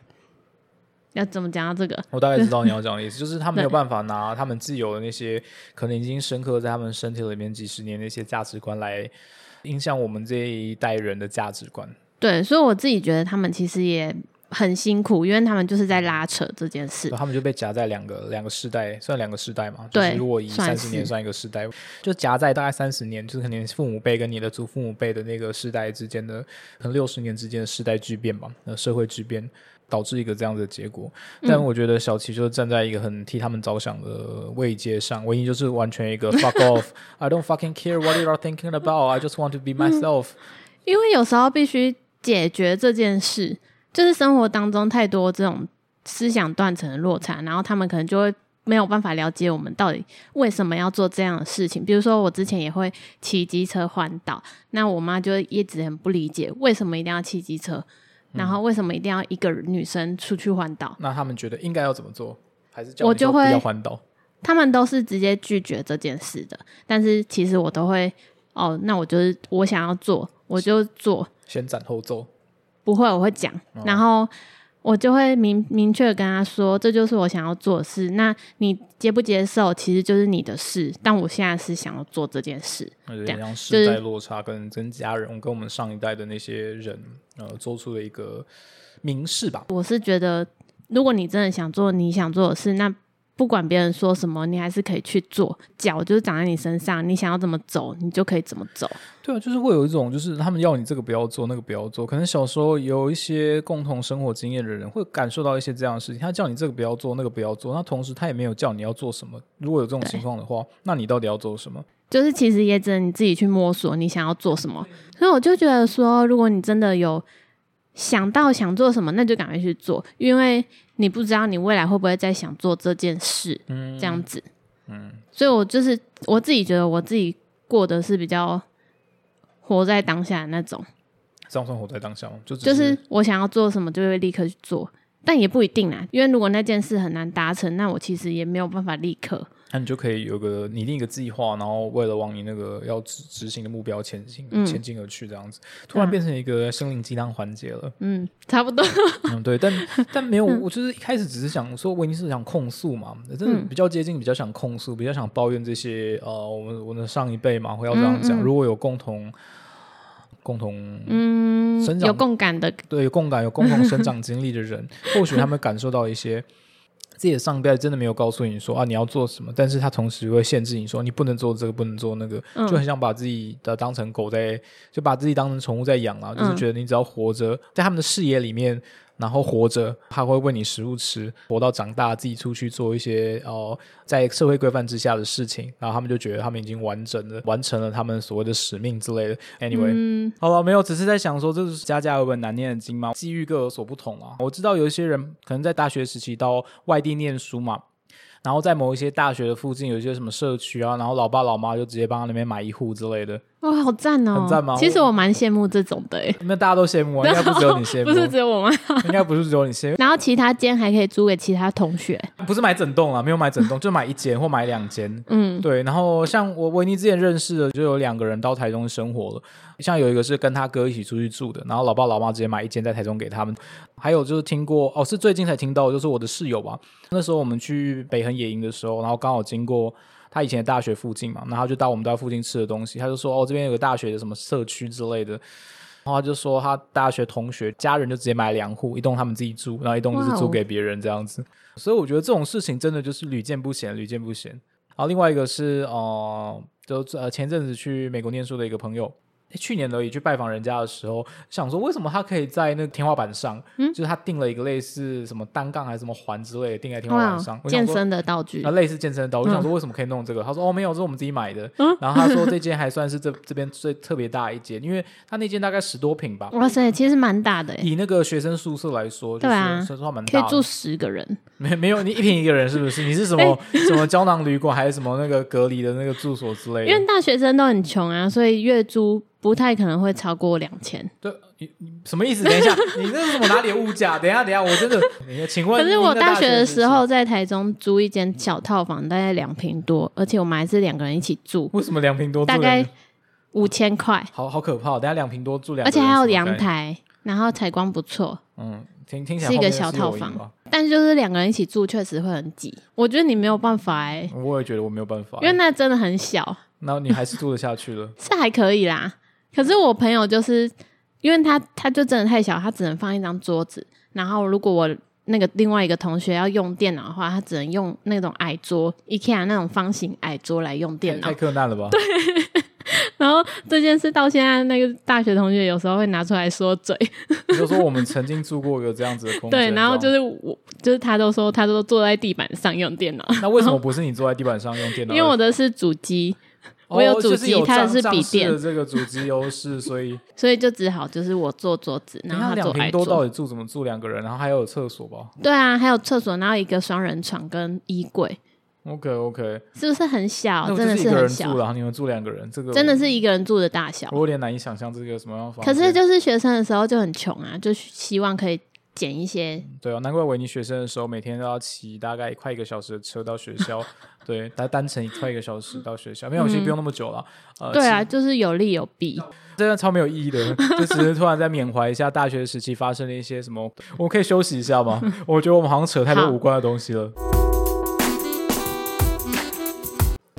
Speaker 2: 要怎么讲到这个？
Speaker 1: 我大概知道你要讲的意思，就是他们没有
Speaker 2: 对
Speaker 1: 办法拿他们自有的那些可能已经深刻在他们身体里面几十年的一些价值观来影响我们这一代人的价值观。
Speaker 2: 对，所以我自己觉得他们其实也很辛苦，因为他们就是在拉扯这件事
Speaker 1: 对，。他们就被夹在两个两个世代，算两个世代嘛。就是
Speaker 2: 对
Speaker 1: 如果以
Speaker 2: 算
Speaker 1: 三
Speaker 2: 是
Speaker 1: 十年算一个世代，就夹在大概三十年，就是可能父母辈跟你的祖父母辈的那个世代之间的，可能六十年之间的世代巨变吧，呃，社会巨变。导致一个这样的结果，
Speaker 2: 嗯
Speaker 1: 但我觉得小齐就是站在一个很替他们着想的位阶上，唯一就是完全一个 fuck off，I don't fucking care what you are thinking about，I just want to
Speaker 2: 嗯
Speaker 1: be myself。
Speaker 2: 因为有时候必须解决这件事，就是生活当中太多这种思想断层的落差，然后他们可能就会没有办法了解我们到底为什么要做这样的事情。比如说，我之前也会骑机车环岛，那我妈就一直很不理解为什么一定要骑机车，然后为什么一定要一个女生出去环岛。
Speaker 1: 那他们觉得应该要怎么做？还是叫
Speaker 2: 我
Speaker 1: 你说
Speaker 2: 就
Speaker 1: 不要
Speaker 2: 会
Speaker 1: 环岛？
Speaker 2: 他们都是直接拒绝这件事的，但是其实我都会哦，那我就是我想要做，我就做，
Speaker 1: 先斩后奏。
Speaker 2: 不会，我会讲，然后我就会明明确地跟他说，这就是我想要做的事。那你接不接受，其实就是你的事。但我现在是想要做这件事，
Speaker 1: 有
Speaker 2: 这
Speaker 1: 点
Speaker 2: 样
Speaker 1: 像
Speaker 2: 啊就
Speaker 1: 世
Speaker 2: 是
Speaker 1: 代落差跟跟家人跟我们上一代的那些人呃做出的一个明示吧。
Speaker 2: 我是觉得，如果你真的想做你想做的事，那不管别人说什么，你还是可以去做。脚就是长在你身上，你想要怎么走，你就可以怎么走。
Speaker 3: 对啊，就是会有一种，就是他们要你这个不要做，那个不要做。可能小时候有一些共同生活经验的人，会感受到一些这样的事情。他叫你这个不要做，那个不要做，那同时他也没有叫你要做什么。如果有这种情况的话，那你到底要做什么？
Speaker 2: 就是其实也只能你自己去摸索你想要做什么。
Speaker 3: 嗯
Speaker 2: 所以我就觉得说，如果你真的有想到想做什么，那就赶快去做，因为你不知道你未来会不会再想做这件事，
Speaker 3: 嗯，
Speaker 2: 这样子。
Speaker 3: 嗯，
Speaker 2: 所以我就是我自己觉得我自己过的是比较活在当下的那种，
Speaker 3: 这样算活在当下吗？就只
Speaker 2: 就是我想要做什么就会立刻去做。但也不一定啦，因为如果那件事很难达成，那我其实也没有办法立刻。
Speaker 3: 那你就可以有个拟定一个计划，然后为了往你那个要执执行的目标前进、
Speaker 2: 嗯
Speaker 3: 前进而去，这样子突然变成一个心灵鸡汤环节了。
Speaker 2: 嗯，差不多。
Speaker 3: 嗯，对， 但但没有，我就是一开始只是想说，我已经是想控诉嘛，真的
Speaker 2: 嗯
Speaker 3: 比较接近，比较想控诉，比较想抱怨这些呃，我们我的上一辈嘛，会要这样讲，
Speaker 2: 嗯嗯
Speaker 3: 如果有共同共同
Speaker 2: 嗯
Speaker 3: 生，长
Speaker 2: 有共感的，
Speaker 3: 对有共感、有共同生长经历的人，或许他们感受到一些自己的上一辈真的没有告诉你说啊你要做什么，但是他同时会限制你说你不能做这个，不能做那个，
Speaker 2: 嗯
Speaker 3: 就很想把自己的当成狗在，就把自己当成宠物在养啊，就是
Speaker 2: 嗯
Speaker 3: 觉得你只要活着，在他们的视野里面。然后活着，他会喂你食物吃，活到长大，自己出去做一些哦、呃在社会规范之下的事情，然后他们就觉得他们已经完整了，完成了他们所谓的使命之类的。Anyway，、
Speaker 2: 嗯，
Speaker 1: 好了，没有，只是在想说，这是家家有本难念的经嘛，机遇各有所不同啊。我知道有一些人可能在大学时期到外地念书嘛，然后在某一些大学的附近有一些什么社区啊，然后老爸老妈就直接帮他那边买一户之类的，
Speaker 2: 哇，好赞哦、
Speaker 1: 很赞吗
Speaker 2: 其实我蛮羡慕这种的、欸，
Speaker 1: 那大家都羡慕啊，应该不只有你羡
Speaker 2: 不是只
Speaker 1: 慕，
Speaker 2: 有我吗？
Speaker 1: 应该不是只有你羡
Speaker 2: 然后其他间还可以租给其他同学，
Speaker 1: 慕，不是买整栋啊，没有买整栋，就买一间或买两间，
Speaker 2: 嗯，
Speaker 1: 对，然后像我维尼之前认识的，就有两个人到台中生活了，像有一个是跟他哥一起出去住的，然后老爸老妈直接买一间在台中给他们，还有就是听过哦，是最近才听到，就是我的室友吧，那时候我们去北横野营的时候，然后刚好经过。他以前的大学附近嘛，然后他就到我们到附近吃的东西，他就说哦，这边有个大学的什么社区之类的，然后他就说他大学同学家人就直接买两户，一栋他们自己住，然后一栋就是
Speaker 2: 哇哦
Speaker 1: 租给别人这样子，所以我觉得这种事情真的就是屡见不鲜，屡见不鲜。然后另外一个是呃，就呃前阵子去美国念书的一个朋友，诶去年而已去拜访人家的时候，想说为什么他可以在那个天花板上，
Speaker 2: 嗯
Speaker 1: 就是他定了一个类似什么单杠还是什么环之类的，定在天花
Speaker 2: 哇
Speaker 1: 板上。，我想
Speaker 2: 健
Speaker 1: 说
Speaker 2: 身的道具
Speaker 1: 啊，，类似健身的刀，我就
Speaker 2: 嗯
Speaker 1: 想说为什么可以弄这个？他说哦，没有，这是我们自己买的。
Speaker 2: 嗯
Speaker 1: 然后 他说这间还算是这这边最特别大一间，因为他那间大概十多平吧，
Speaker 2: 哇塞，其实蛮大的、欸，
Speaker 1: 以那个学生宿舍来说，就
Speaker 2: 嗯对啊
Speaker 1: 是算算蛮
Speaker 2: 可
Speaker 1: 大
Speaker 2: 以
Speaker 1: 的。
Speaker 2: 住十个人，
Speaker 1: 没没有你一平一个人是不是？你是什 么什么胶囊旅馆还是什么那个隔离的那个住所之类
Speaker 2: 因为
Speaker 1: 的？
Speaker 2: 大学生都很穷啊，所以月租不太可能会超过两千。
Speaker 1: 对，你你什么意思？等一下，你那是什么哪里的物价？等一下，等一下，我真的，等一下请问
Speaker 2: 可
Speaker 1: 您的
Speaker 2: 是我大学的
Speaker 1: 时
Speaker 2: 时
Speaker 1: 期
Speaker 2: 候，在台中租一间小套房，大概两平多，而且我们还是两个人一起住，
Speaker 1: 为什么两平多住
Speaker 2: 大
Speaker 1: 两个人？
Speaker 2: 概五千块，
Speaker 1: 好好可怕哦！等一下两平多住两个
Speaker 2: 而且
Speaker 1: 人
Speaker 2: 还
Speaker 1: 是什
Speaker 2: 有
Speaker 1: 么概
Speaker 2: 阳
Speaker 1: 念，
Speaker 2: 台，然后采光不错，
Speaker 1: 嗯，听听起来
Speaker 2: 是一
Speaker 1: 后
Speaker 2: 个
Speaker 1: 面
Speaker 2: 小
Speaker 1: 是
Speaker 2: 套
Speaker 1: 有赢
Speaker 2: 房
Speaker 1: 吧
Speaker 2: 但是就是两个人一起住确实会很挤。我觉得你没有办法哎、
Speaker 1: 我也觉得我没有办法，
Speaker 2: 因为那真的很小，。
Speaker 1: 那你还是住得下去了
Speaker 2: 是还可以啦。可是我朋友就是因为他他就真的太小，他只能放一张桌子，然后如果我那个另外一个同学要用电脑的话，他只能用那种矮桌，IKEA 那种方形矮桌来用电脑
Speaker 1: 太。困难了吧？
Speaker 2: 然后这件事到现在，那个大学同学有时候会拿出来说嘴，
Speaker 1: 你就说我们曾经住过一个这样子的空间，
Speaker 2: 对，然后
Speaker 1: 这
Speaker 2: 就
Speaker 1: 样
Speaker 2: 是我就是他都说他都坐在地板上用电脑，
Speaker 1: 那为什么不是你坐在地板上用电脑？
Speaker 2: 因为我的是主机，我有
Speaker 1: 哦
Speaker 2: 主
Speaker 1: 就是
Speaker 2: 机
Speaker 1: 有
Speaker 2: 它的
Speaker 1: 仗
Speaker 2: 是
Speaker 1: 仗
Speaker 2: 笔
Speaker 1: 势
Speaker 2: 电
Speaker 1: 的这个主机优势，所以
Speaker 2: 所以就只好就是我坐桌子，然后
Speaker 1: 那
Speaker 2: 他
Speaker 1: 两
Speaker 2: 坐矮
Speaker 1: 平
Speaker 2: 桌
Speaker 1: 多。到底住怎么住两个人？然后还有厕所吧
Speaker 2: 对啊，还有厕所，然后一个双人床跟衣柜，
Speaker 1: ？OK OK，
Speaker 2: 是不是很小？
Speaker 1: 那我
Speaker 2: 真
Speaker 1: 就
Speaker 2: 的
Speaker 1: 是一个
Speaker 2: 很
Speaker 1: 人住
Speaker 2: 小，
Speaker 1: 了，你们住两个人，这个
Speaker 2: 真的是一个人住的大小
Speaker 1: 我。有点难以想象这个什么样的房
Speaker 2: 可
Speaker 1: 间。
Speaker 2: 是就是学生的时候就很穷啊，就希望可以捡一些。
Speaker 1: 对啊，难怪维尼学生的时候每天都要骑大概快一个小时的车到学 校，对，单单程快一个小时到学校，没有，其实不用那么久了。呃，
Speaker 2: 对
Speaker 1: 骑
Speaker 2: 啊，就是有利有弊。
Speaker 1: 真的超没有意义的， 就只是突然在缅怀一下大学时期发生的一些什么。我们可以休息一下 吗？我觉得我们好像扯太多
Speaker 2: 好
Speaker 1: 无关的东西了。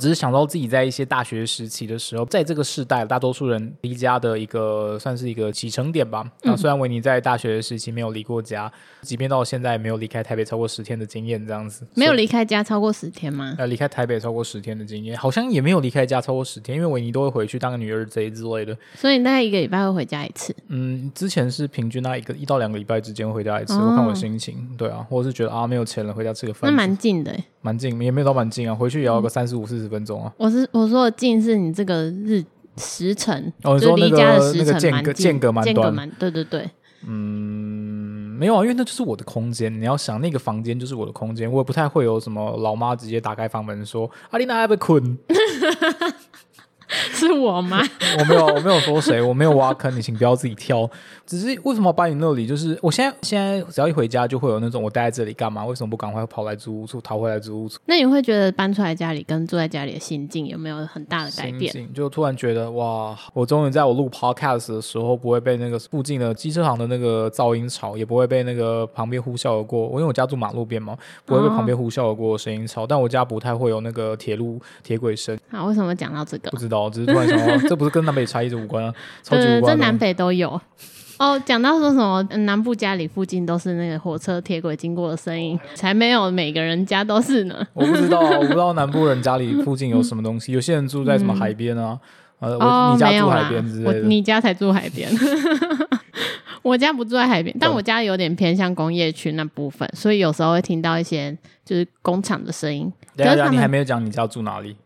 Speaker 1: 只是想到自己在一些大学时期的时候，在这个世代，大多数人离家的一个算是一个启程点吧。那、虽然维尼在大学时期没有离过家，即便到现在也没有离开台北超过十天的经验，这样子
Speaker 2: 没有
Speaker 1: 所以
Speaker 2: 离开家超过十天吗？
Speaker 1: 呃离开台北超过十天的经验，好像也没有离开家超过十天，因为维尼都会回去当个女儿贼之类的。
Speaker 2: 所以你大概一个礼拜会回家一次。
Speaker 1: 嗯，之前是平均那一个一到两个礼拜之间回家一次，
Speaker 2: 哦
Speaker 1: 我看我心情，对啊，或者是觉得啊没有钱了，回家吃个
Speaker 2: 那
Speaker 1: 饭，
Speaker 2: 蛮近的欸、
Speaker 1: 蛮近，也没有到蛮近啊，回去也要个三十五四十分钟啊。
Speaker 2: 我是我说的近是你这个日时辰，
Speaker 1: 哦你
Speaker 2: 就
Speaker 1: 说
Speaker 2: 离
Speaker 1: 那个
Speaker 2: 家的时
Speaker 1: 那个
Speaker 2: 辰
Speaker 1: 间
Speaker 2: 蛮
Speaker 1: 隔
Speaker 2: 近，
Speaker 1: 间隔蛮
Speaker 2: 间隔
Speaker 1: 短
Speaker 2: 蛮对对对，
Speaker 1: 嗯没有啊，因为那就是我的空间。你要想那个房间就是我的空间，我也不太会有什么老妈直接打开房门说阿丽娜要被困。
Speaker 2: 是我吗？
Speaker 1: 我没有，我没有说谁，我没有挖坑，你请不要自己跳。只是为什么要把你那里？就是我现在现在只要一回家就会有那种我待在这里干嘛？为什么不赶快跑来租屋处逃回来租屋处？
Speaker 2: 那你会觉得搬出来家里跟住在家里的心境有没有很大的改变？
Speaker 1: 心境就突然觉得哇，我终于在我录 podcast 的时候不会被那个附近的机车行的那个噪音吵，也不会被那个旁边呼啸而过。我因为我家住马路边嘛，不会被
Speaker 2: 哦
Speaker 1: 旁边呼啸而过的声音吵。但我家不太会有那个铁路铁轨声，
Speaker 2: 啊，为什么讲到这个
Speaker 1: 不？知道，只是突然想 到，这不是跟南北差异无关啊，超级
Speaker 2: 对，
Speaker 1: 无
Speaker 2: 呃这
Speaker 1: 关的。
Speaker 2: 南北都有。哦，讲到说什么嗯南部家里附近都是那个火车铁轨经过的声音，才没有每个人家都是呢。
Speaker 1: 我不知道，我不知道南部人家 里附近有什么东西，有些人住在什么海边啊，呃， 我、
Speaker 2: 嗯哦，
Speaker 1: 你家
Speaker 2: 没有
Speaker 1: 住海
Speaker 2: 啦
Speaker 1: 边之，
Speaker 2: 我
Speaker 1: 类的。
Speaker 2: 你家才住海边， 我家不住在海边，但
Speaker 1: 懂
Speaker 2: 我家有点偏向工业区那部分，所以有时候会听到一些就是工厂的声音，
Speaker 1: 等一下
Speaker 2: 可是
Speaker 1: 等一
Speaker 2: 他
Speaker 1: 下，你
Speaker 2: 们
Speaker 1: 还没有讲你家住哪里？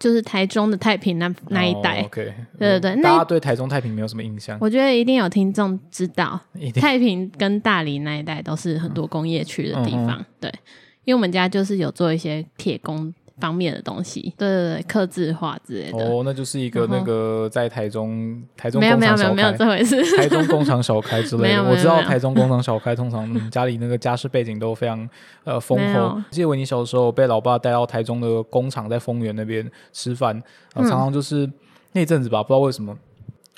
Speaker 2: 就是台中的太平那那一带。
Speaker 1: 哦 OK，
Speaker 2: 对对对
Speaker 1: 嗯
Speaker 2: 那
Speaker 1: 大家对台中太平没有什么印象，
Speaker 2: 我觉得一定有听众知道，
Speaker 1: 一定
Speaker 2: 太平跟大理那一带都是很多工业区的地
Speaker 1: 嗯
Speaker 2: 方，对，因为我们家就是有做一些铁工方面的东西，对对对，刻字化之类的。
Speaker 1: 哦，那就是一个
Speaker 2: 然后
Speaker 1: 那个在台中台中
Speaker 2: 没有
Speaker 1: 工
Speaker 2: 没有
Speaker 1: 厂小
Speaker 2: 没有没有
Speaker 1: 开
Speaker 2: 这。回事，
Speaker 1: 台中工厂小开之
Speaker 2: 没
Speaker 1: 类
Speaker 2: 有
Speaker 1: 的，
Speaker 2: 没有
Speaker 1: 我知道
Speaker 2: 没有
Speaker 1: 台中工厂小开通常、嗯、家里那个家世背景都非常呃丰
Speaker 2: 没有
Speaker 1: 厚。记得维尼小时候被老爸带到台中的工厂，在丰原那边吃饭，呃
Speaker 2: 嗯
Speaker 1: 常常就是那阵子吧，不知道为什么。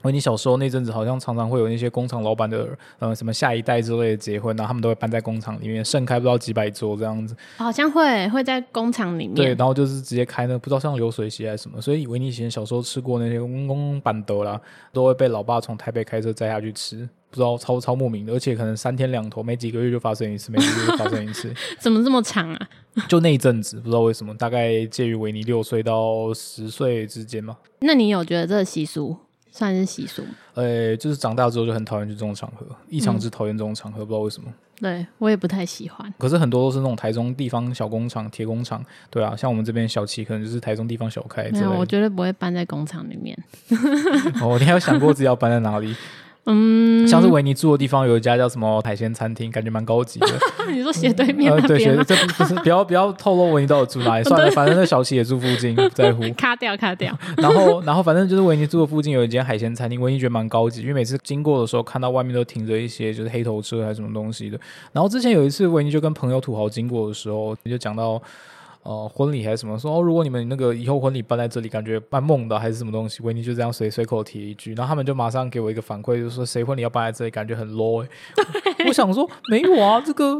Speaker 1: 维尼小时候那阵子，好像常常会有那些工厂老板的呃什么下一代之类的结婚，然后他们都会搬在工厂里面，盛开不知道几百桌这样子。
Speaker 2: 好像会会在工厂里
Speaker 1: 对，
Speaker 2: 面，
Speaker 1: 然后就是直接开那个不知道像流水席还是什么，所以维尼以前小时候吃过那些公公板豆啦，都会被老爸从台北开车载下去吃，不知道超超莫名的，而且可能三天两头，每几个月就发生一次，每几个月就发生一 次，
Speaker 2: 怎么这么长啊？
Speaker 1: 就那一阵子不知道为什么，大概介于维尼六岁到十岁之间嘛，
Speaker 2: 那你有觉得这个习俗算是习俗吗？
Speaker 1: 呃，就是长大之后就很讨厌去这种场合，异常
Speaker 2: 嗯
Speaker 1: 之讨厌这种场合，不知道为什么。
Speaker 2: 对我也不太喜欢。
Speaker 1: 可是很多都是那种台中地方小工厂、铁工厂，对啊，像我们这边小七可能就是台中地方小开
Speaker 2: 没
Speaker 1: 之类
Speaker 2: 有，我
Speaker 1: 的。
Speaker 2: 绝对不会搬在工厂里 面。
Speaker 1: 哦，你还有想过自己要搬在哪里？
Speaker 2: 嗯，
Speaker 1: 像是维尼住的地方有一家叫什么海鲜餐厅，感觉蛮高级的。
Speaker 2: 你说斜对面
Speaker 1: 呃，
Speaker 2: 那
Speaker 1: 对，
Speaker 2: 边
Speaker 1: 学
Speaker 2: 吗？
Speaker 1: 这不不是不要不要透露维尼到底住 哪里，算了，反正那小七也住附近，不在乎。
Speaker 2: 卡掉卡掉，
Speaker 1: 然后然后反正就是维尼住的附近有一间海鲜餐厅，维尼觉得蛮高级，因为每次经过的时候看到外面都停着一些就是黑头车还是什么东西的。然后之前有一次维尼就跟朋友土豪经过的时候，就讲到。呃，婚礼还是什么？说哦，如果你们那个以后婚礼办在这里，感觉蛮梦的，还是什么东西？维尼就这样随随口提一句，然后他们就马上给我一个反馈，就说谁婚礼要办在这里，感觉很 low、欸。我想说没有啊，这个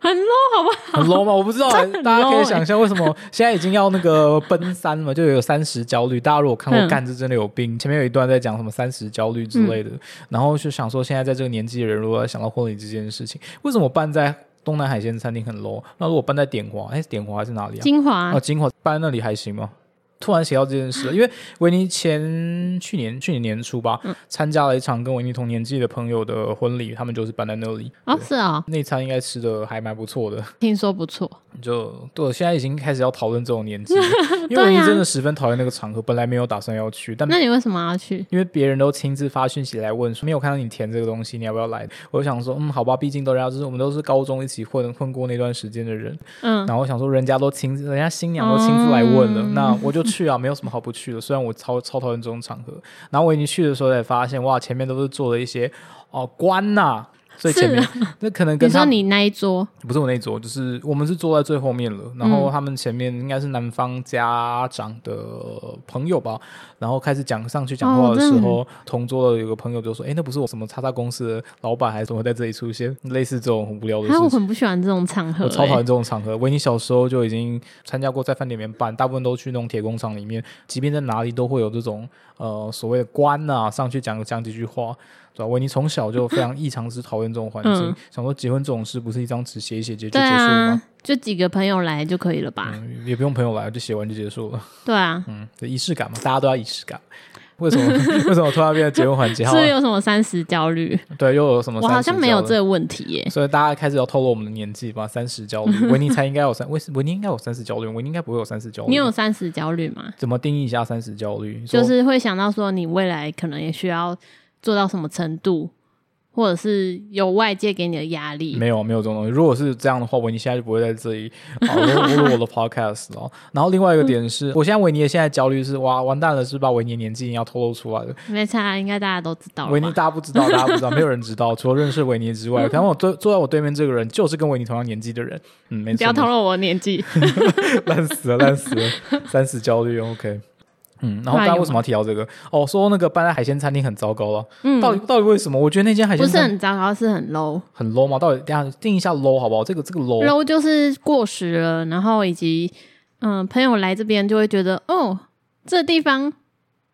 Speaker 2: 很 low 好 不好？
Speaker 1: 很 low 吗？我不知道、
Speaker 2: 很
Speaker 1: 大家可
Speaker 2: low 欸
Speaker 1: 以想象为什 么现在已经要那个奔三嘛，就有三十焦虑。大家如果看过
Speaker 2: 嗯
Speaker 1: 《干这真的有病》，前面有一段在讲什么三十焦虑之类的，
Speaker 2: 嗯
Speaker 1: 然后就想说，现在在这个年纪的人，如果要想到婚礼这件事情，为什么办在东南海鲜餐厅很 low？那如果办在点华，哎，点华还是哪里啊？
Speaker 2: 精华嗯
Speaker 1: 哦，金华办在那里还行吗？突然想到这件事，因为维尼前去年去年年初吧，参加了一场跟维尼同年纪的朋友的婚礼，他们就是办在那里，
Speaker 2: 哦是哦，
Speaker 1: 那餐应该吃的还蛮不错的。
Speaker 2: 听说不错。
Speaker 1: 就对，我现在已经开始要讨论这种年 纪了，因
Speaker 2: 对
Speaker 1: 为我已经
Speaker 2: 啊
Speaker 1: 真的十分讨厌那个场合，本来没有打算要去，但
Speaker 2: 那你为什么要去？
Speaker 1: 因为别人都亲自发讯息来问说没有看到你填这个东西，你要不要来？我就想说，嗯，好吧，毕竟都人家就是我们都是高中一起混混过那段时间的人，
Speaker 2: 嗯，
Speaker 1: 然后我想说人家都亲，人家新娘都亲自来问了，
Speaker 2: 嗯
Speaker 1: 那我就去啊，没有什么好不去的。虽然我超超讨厌这种场合，然后我已经去的时候才发现，哇，前面都是坐了一些哦官呐、最前面
Speaker 2: 是，
Speaker 1: 那可能
Speaker 2: 你
Speaker 1: 跟
Speaker 2: 说
Speaker 1: 他
Speaker 2: 你那一桌
Speaker 1: 不是我那一桌，就是我们是坐在最后面了，然
Speaker 2: 嗯
Speaker 1: 后他们前面应该是男方家长的朋友吧，然后开始讲上去讲话的
Speaker 2: 哦
Speaker 1: 时候，同桌的有个朋友就说：“哎，那不是我什么叉叉公司的老板，还是怎么会在这里出现？”类似这种很无聊的
Speaker 2: 啊，我
Speaker 1: 事情。
Speaker 2: 很不喜欢这种场合、
Speaker 1: 我超讨厌
Speaker 2: 欸。
Speaker 1: 这种场合。维尼小时候就已经参加过在饭店里面办，大部分都去那种铁工厂里面，即便在哪里都会有这种呃所谓的官啊上去讲讲几句话，对吧、维尼从小就非常异常之讨厌这种环境，
Speaker 2: 嗯
Speaker 1: 想说结婚这种事不是一张纸写一写就就
Speaker 2: 对
Speaker 1: 结束了
Speaker 2: 啊
Speaker 1: 吗？，
Speaker 2: 就几个朋友来就可以了吧？
Speaker 1: 嗯也不用朋友来，就写完就结束了。
Speaker 2: 对啊，
Speaker 1: 嗯，对仪式感嘛，大家都要仪式感。为 什么为什么突然变成结婚环节？
Speaker 2: 是
Speaker 1: 好
Speaker 2: 不
Speaker 1: 啊
Speaker 2: 是有什么三十焦虑？
Speaker 1: 对，又有什么？
Speaker 2: 我好像没有这。个问题耶、
Speaker 1: 所以大家开始要透露我们的年纪吧，三十焦虑。维尼才应该有三，维维尼应该有三十焦虑，维尼应该不会有三十焦虑。
Speaker 2: 你有三十焦虑吗？
Speaker 1: 怎么定义一下三十焦虑？你说
Speaker 2: 就是会想到说，你未来可能也需要做到什么程度，或者是有外界给你的压力。
Speaker 1: 没有没有这种东西。如果是这样的话，维尼现在就不会在这 里啊录录我的 podcast 了。然后另外一个点
Speaker 2: 嗯
Speaker 1: 是，我现在维尼的现在焦虑是哇完蛋了，是把维尼的年纪要透露出来了。
Speaker 2: 没差，应该大家都知道
Speaker 1: 维
Speaker 2: 了
Speaker 1: 尼
Speaker 2: 吧？
Speaker 1: 大家不知道，大家不知道，没有人知道，除了认识维尼之 外。可能我坐坐在我对面这个人就是跟维尼同样年纪的人，嗯，没
Speaker 2: 不要
Speaker 1: 错，没错
Speaker 2: 透露我年 纪，
Speaker 1: 烂死了，烂死 了，三十焦虑，OK。嗯，然后大家为什么要提到这个？哦，说那个搬来海鲜餐厅很糟糕了，
Speaker 2: 嗯
Speaker 1: 到底到底为什么？我觉得那间海
Speaker 2: 不
Speaker 1: 鲜
Speaker 2: 是
Speaker 1: 餐
Speaker 2: 很糟糕，是很 low。
Speaker 1: 很 low 嘛，到底等一下定一下 low 好不好？这个这个 low
Speaker 2: low 就是过时了，然后以及嗯，朋友来这边就会觉得哦，这地方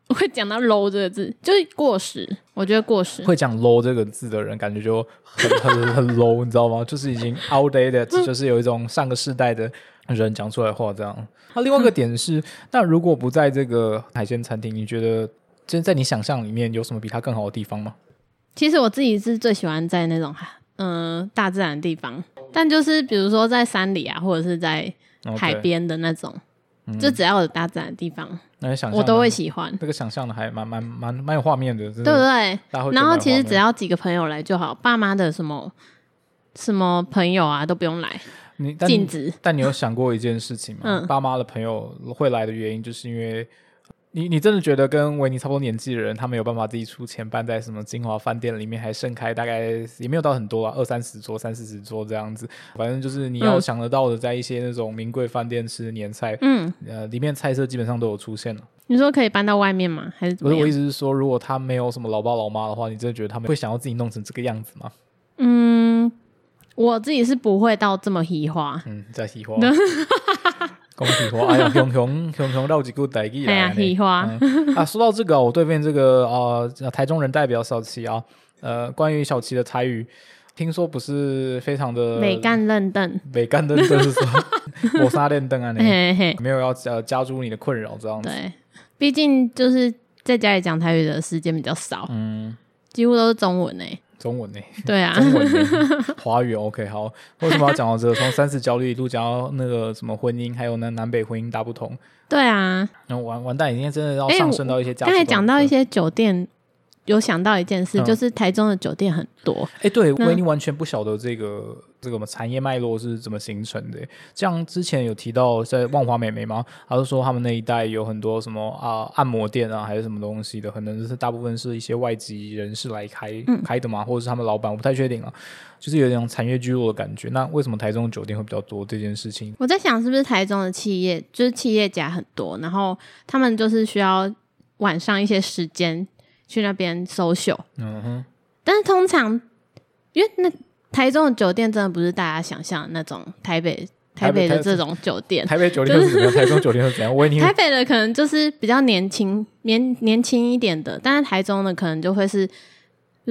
Speaker 2: 我会讲到 low 这个字，就是过时。我觉得过时，
Speaker 1: 会讲 low 这个字的人，感觉就很很很 low，你知道吗？就是已经 outdated，就是
Speaker 2: 嗯
Speaker 1: 有一种上个世代的人讲出来的话这样。那另外一个
Speaker 2: 嗯
Speaker 1: 点是，那如果不在这个海鲜餐厅，你觉得就是在你想象里面有什么比它更好的地方吗？
Speaker 2: 其实我自己是最喜欢在那种嗯、呃大自然的地方，但就是比如说在山里啊，或者是在
Speaker 1: OK，
Speaker 2: 海边的那种就只要有大自然的地方，
Speaker 1: 那你想象
Speaker 2: 我都
Speaker 1: 的
Speaker 2: 会喜欢，
Speaker 1: 那个想象的还蛮蛮蛮蛮有画面的，真
Speaker 2: 对不
Speaker 1: 的。
Speaker 2: 对？
Speaker 1: 大家会觉得
Speaker 2: 然后
Speaker 1: 蛮有
Speaker 2: 其
Speaker 1: 画
Speaker 2: 实
Speaker 1: 面
Speaker 2: 只要几个朋友来就好，爸妈的什么什么朋友啊都不用来，
Speaker 1: 你但
Speaker 2: 禁
Speaker 1: 你
Speaker 2: 止。
Speaker 1: 但你有想过一件事情吗？
Speaker 2: 嗯
Speaker 1: 爸妈的朋友会来的原因，就是因为你你真的觉得跟维尼差不多年纪的人，他没有办法自己出钱办在什么金华饭店里面，还盛开大概也没有到很多啊，二三十桌、三四十桌这样子。反正就是你要
Speaker 2: 嗯
Speaker 1: 想得到的，在一些那种名贵饭店吃年菜，
Speaker 2: 嗯，
Speaker 1: 呃，里面菜色基本上都有出现了。
Speaker 2: 你说可以搬到外面吗？还是怎
Speaker 1: 不
Speaker 2: 么
Speaker 1: 是我意
Speaker 2: 样？
Speaker 1: 思是说，如果他没有什么老爸老妈的话，你真的觉得他们会想要自己弄成这个样子吗？
Speaker 2: 嗯，我自己是不会到这么喜化。
Speaker 1: 嗯，在喜欢。恭喜花！哎呀，熊熊熊熊绕几句台语
Speaker 2: 哎
Speaker 1: 来
Speaker 2: 呀，
Speaker 1: 啊
Speaker 2: 喜
Speaker 1: 你
Speaker 2: 欢，
Speaker 1: 嗯啊，说到这个哦，我对面这个呃台中人代表小齐啊，呃，关于小齐的台语，听说不是非常的
Speaker 2: 美干认凳，
Speaker 1: 美干的，这 是说我杀练灯啊，你
Speaker 2: 嘿嘿，
Speaker 1: 没有要呃加诸你的困扰这样子。
Speaker 2: 对，毕竟就是在家里讲台语的时间比较少，
Speaker 1: 嗯，
Speaker 2: 几乎都是中文诶。
Speaker 1: 中文呢、
Speaker 2: 对啊，
Speaker 1: 中文呢、 华语 OK 好，为什么要讲到这个？从三十焦虑一路讲到那个什么婚姻，还有呢南北婚姻大不同，
Speaker 2: 对啊。
Speaker 1: 然后完完蛋，今天真的要
Speaker 2: 哎
Speaker 1: 上
Speaker 2: 我
Speaker 1: 升到一些价值
Speaker 2: 刚
Speaker 1: 观。
Speaker 2: 才讲到一些酒店，有想到一件事，
Speaker 1: 嗯
Speaker 2: 就是台中的酒店很多，
Speaker 1: 哎、对，
Speaker 2: 那
Speaker 1: 维尼完全不晓得这个这个产业脉络是怎么形成的。像之前有提到在万华美眉嘛，她就说他们那一带有很多什么啊、按摩店啊，还是什么东西的，可能是大部分是一些外籍人士来开、
Speaker 2: 嗯
Speaker 1: 开的嘛，或者是他们老板，我不太确定啊。就是有点产业聚落的感觉。那为什么台中酒店会比较多这件事情？
Speaker 2: 我在想是不是台中的企业就是企业家很多，然后他们就是需要晚上一些时间去那边 social，
Speaker 1: 嗯哼，
Speaker 2: 但是通常因为那台中的酒店真的不是大家想象的那种台北
Speaker 1: 台
Speaker 2: 台
Speaker 1: 北
Speaker 2: 北的
Speaker 1: 台
Speaker 2: 这种酒店。
Speaker 1: 台北酒店是怎么样？台中酒店是怎样？维尼
Speaker 2: 呃台北的可能就是比较年轻、年年轻一点的，但是台中的可能就会是，比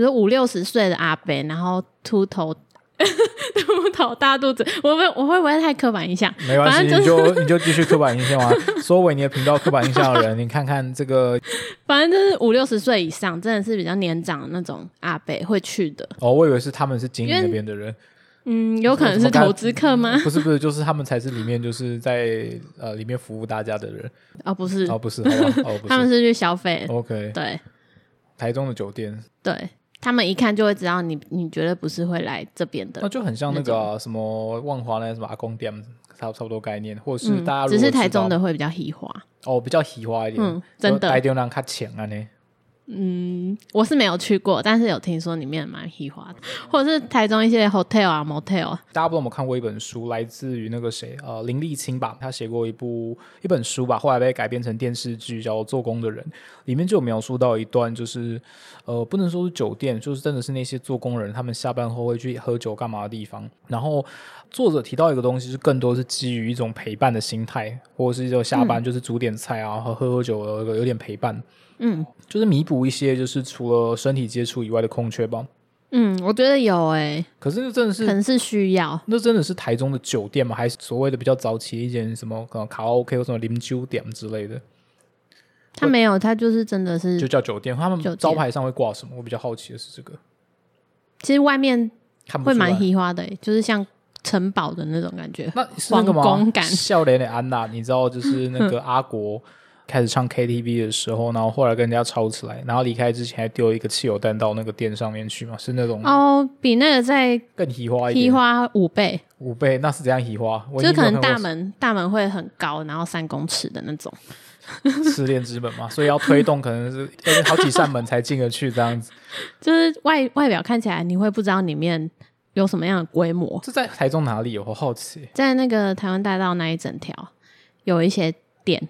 Speaker 2: 如说五六十岁的阿伯，然后秃头、 秃头大肚子，我会我会不会太刻板印象？
Speaker 1: 没关系，
Speaker 2: 反正
Speaker 1: 你就你就继续刻板印象啊。说维尼的频道刻板印象的人，你看看这个
Speaker 2: 反正就是五六十岁以上，真的是比较年长的那种阿伯会去的。
Speaker 1: 哦，我以为是他们是经营
Speaker 2: 因为
Speaker 1: 那边的人，
Speaker 2: 嗯，有可能是投资客吗？
Speaker 1: 不是不是，就是他们才是里面就是在呃里面服务大家的人。
Speaker 2: 哦，不是，
Speaker 1: 哦，不是，好吧，哦不
Speaker 2: 他们
Speaker 1: 是哦
Speaker 2: 是去消费。
Speaker 1: ，OK，
Speaker 2: 对
Speaker 1: 台中的酒店，
Speaker 2: 对，他们一看就会知道你，你绝对不是会来这边的
Speaker 1: 那。就很像那个啊、什么万华那什么阿公店，差差不多概念，或者是
Speaker 2: 嗯
Speaker 1: 大家，如
Speaker 2: 只
Speaker 1: 果知
Speaker 2: 是台
Speaker 1: 道
Speaker 2: 中的会比较喜化。
Speaker 1: 哦比较喜欢一点，
Speaker 2: 嗯真的
Speaker 1: 就台中人较强啊呢。
Speaker 2: 嗯，我是没有去过，但是有听说里面蛮喜欢的，
Speaker 1: 嗯
Speaker 2: 或者是台中一些 hotel 啊 motel 啊。
Speaker 1: 大家不知道有没有看过一本书，来自于那个谁，呃，林立清吧，他写过一部一本书吧，后来被改编成电视剧，叫《做工的人》，里面就有描述到一段，就是呃，不能说是酒店，就是真的是那些做工人，他们下班后会去喝酒干嘛的地方。然后作者提到一个东西，是更多是基于一种陪伴的心态，或者是就下班就是煮点菜啊，喝喝喝酒，有有点陪伴，
Speaker 2: 嗯
Speaker 1: 就是弥补一些就是除了身体接触以外的空缺吧。
Speaker 2: 嗯，我觉得有诶、
Speaker 1: 可是真的是
Speaker 2: 可能是需要。
Speaker 1: 那真的是台中的酒店吗？还是所谓的比较早期的一间什么呃卡拉 OK 或什么零酒点之类的，
Speaker 2: 他没有，他就是真的是
Speaker 1: 就，叫酒店？他
Speaker 2: 酒店
Speaker 1: 们招牌上会挂什么？我比较好奇的是这个，
Speaker 2: 其实外面
Speaker 1: 看不
Speaker 2: 会
Speaker 1: 出来
Speaker 2: 蛮喜欢的、欸，就是像城堡的那种感觉。
Speaker 1: 那是那个
Speaker 2: 皇宫
Speaker 1: 吗？
Speaker 2: 感
Speaker 1: 笑脸的安娜，你知道就是那个阿国开始 唱 KTV 的时候，然后后来跟人家吵起来，然后离开之前还丢一个汽油弹到那个店上面去嘛？是那种
Speaker 2: 哦，比那个再
Speaker 1: 更喜花嗯一
Speaker 2: 批
Speaker 1: 点，
Speaker 2: 花五倍，
Speaker 1: 五倍那是怎样喜花？我
Speaker 2: 就
Speaker 1: 已经
Speaker 2: 是可
Speaker 1: 没有
Speaker 2: 能大
Speaker 1: 看过
Speaker 2: 门大门会很高，然后三公尺的那种。
Speaker 1: 失恋之本嘛，所以要推动可能是要好几扇门才进得去这样子。
Speaker 2: 就是外外表看起来你会不知道里面有什么样的规模。
Speaker 1: 这在台中哪里？我好奇。
Speaker 2: 在那个台湾大道那一整条，有一些店，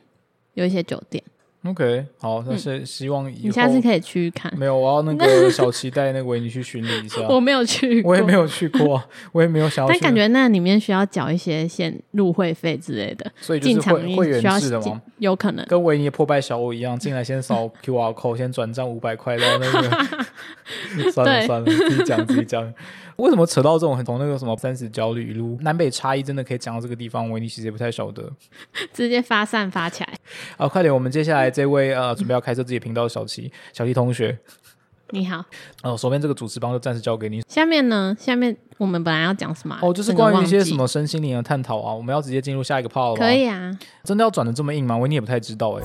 Speaker 2: 有一些酒店，
Speaker 1: OK，好，但是希望以后、
Speaker 2: 嗯你下次可以去看。
Speaker 1: 没有，我要那个小期待那个维尼去巡礼一下。
Speaker 2: 我没有去
Speaker 1: 嗯
Speaker 2: 过，
Speaker 1: 我也没有去过， 我也没有想要
Speaker 2: 但
Speaker 1: 去，
Speaker 2: 感觉那里面需要缴一些现入会费之类的，
Speaker 1: 所以就
Speaker 2: 进
Speaker 1: 是
Speaker 2: 场
Speaker 1: 会
Speaker 2: 你
Speaker 1: 会
Speaker 2: 需
Speaker 1: 员
Speaker 2: 要
Speaker 1: 制的
Speaker 2: 进
Speaker 1: 嘛，
Speaker 2: 有可能。
Speaker 1: 跟维尼的破败小屋一样，进来先 扫 QR code，先转账五百块到那个。 算了
Speaker 2: 对
Speaker 1: 算了，自己 讲自己讲。为什么扯到这种很从那个什么三十焦虑一路南北差异，真的可以讲到这个地方？维尼其实也不太晓得。
Speaker 2: 直接发散发起来。
Speaker 1: 啊，快点，我们接下来这位呃准备要开设自己频道的小齐小齐同学，
Speaker 2: 你好，
Speaker 1: 呃，手边这个主持帮就暂时交给你。
Speaker 2: 下面呢？下面我们本来要讲什么啊？
Speaker 1: 哦，就是
Speaker 2: 整个
Speaker 1: 关于
Speaker 2: 忘
Speaker 1: 一些
Speaker 2: 记
Speaker 1: 什么身心灵的探讨啊，我们要直接进入下一个 part 了吗
Speaker 2: 可以啊，
Speaker 1: 真的要转的这么硬吗？维尼也不太知道哎、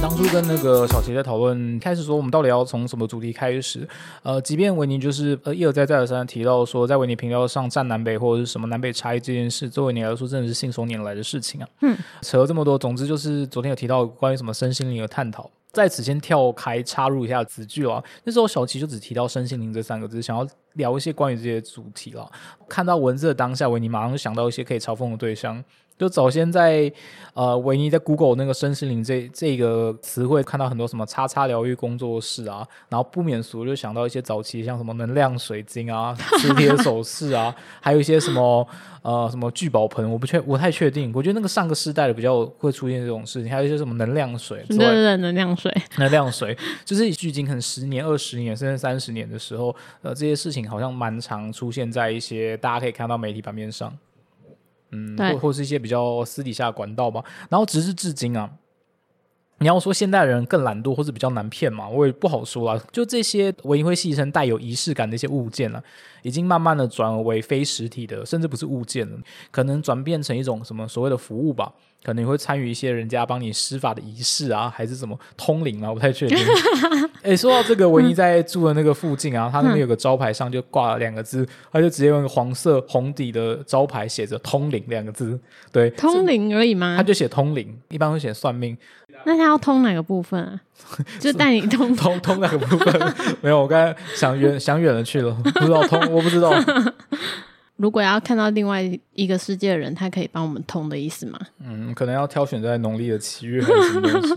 Speaker 1: 当初跟那个小齐在讨论，开始说我们到底要从什么主题开始？呃，即便维尼就是呃一而再再而三地提到说，在维尼频道上站南北或者是什么南北差异这件事，对维尼来说真的是信手拈来的事情啊。
Speaker 2: 嗯，
Speaker 1: 扯了这么多，总之就是昨天有提到关于什么身心灵的探讨。在此先跳开插入一下子句啊，那时候小齐就只提到身心灵这三个字，想要聊一些关于这些主题了。看到文字的当下，维尼马上就想到一些可以嘲讽的对象，就早先在呃维尼在 Google 那个身心灵这这个词汇，看到很多什么叉叉疗愈工作室啊，然后不免俗就想到一些早期像什么能量水晶啊、磁铁首饰啊， 还有一些什么呃什么聚宝盆，我不确我不太确定，我觉得那个上个世代的比较会出现这种事情，还有一些什么能量水之
Speaker 2: 对
Speaker 1: 外
Speaker 2: 对对，能量水，
Speaker 1: 能量水，就是距今可能十年、二十年甚至三十年的时候，呃，这些事情好像蛮常出现在一些大家可以看到媒体版面上，嗯，
Speaker 2: 对
Speaker 1: 或或是一些比较私底下的管道吧。然后直至至今啊，你要说现代人更懒惰，或是比较难骗嘛，我也不好说啦。就这些唯一会戏称带有仪式感的一些物件了、已经慢慢的转为非实体的，甚至不是物件了，可能转变成一种什么所谓的服务吧。可能你会参与一些人家帮你施法的仪式啊，还是什么通灵啊，我不太 确定。哎、说到这个，
Speaker 2: 嗯
Speaker 1: 维尼在住的那个附近啊，他那边有个招牌上就挂了两个字，他就直接用一个黄色红底的招牌写着“通灵”两个字，对，
Speaker 2: 通灵而已吗
Speaker 1: 他？就写通灵，一般会写算命，
Speaker 2: 那他要通哪个部 分啊？就带你通
Speaker 1: 通通那个部分 没有，我刚才想远想远了去了，不知道通，我不知 道，
Speaker 2: 如果要看到另外一个世界的人，他可以帮我们通的意思吗？
Speaker 1: 嗯，可能要挑选在农历的七月还是什么东西，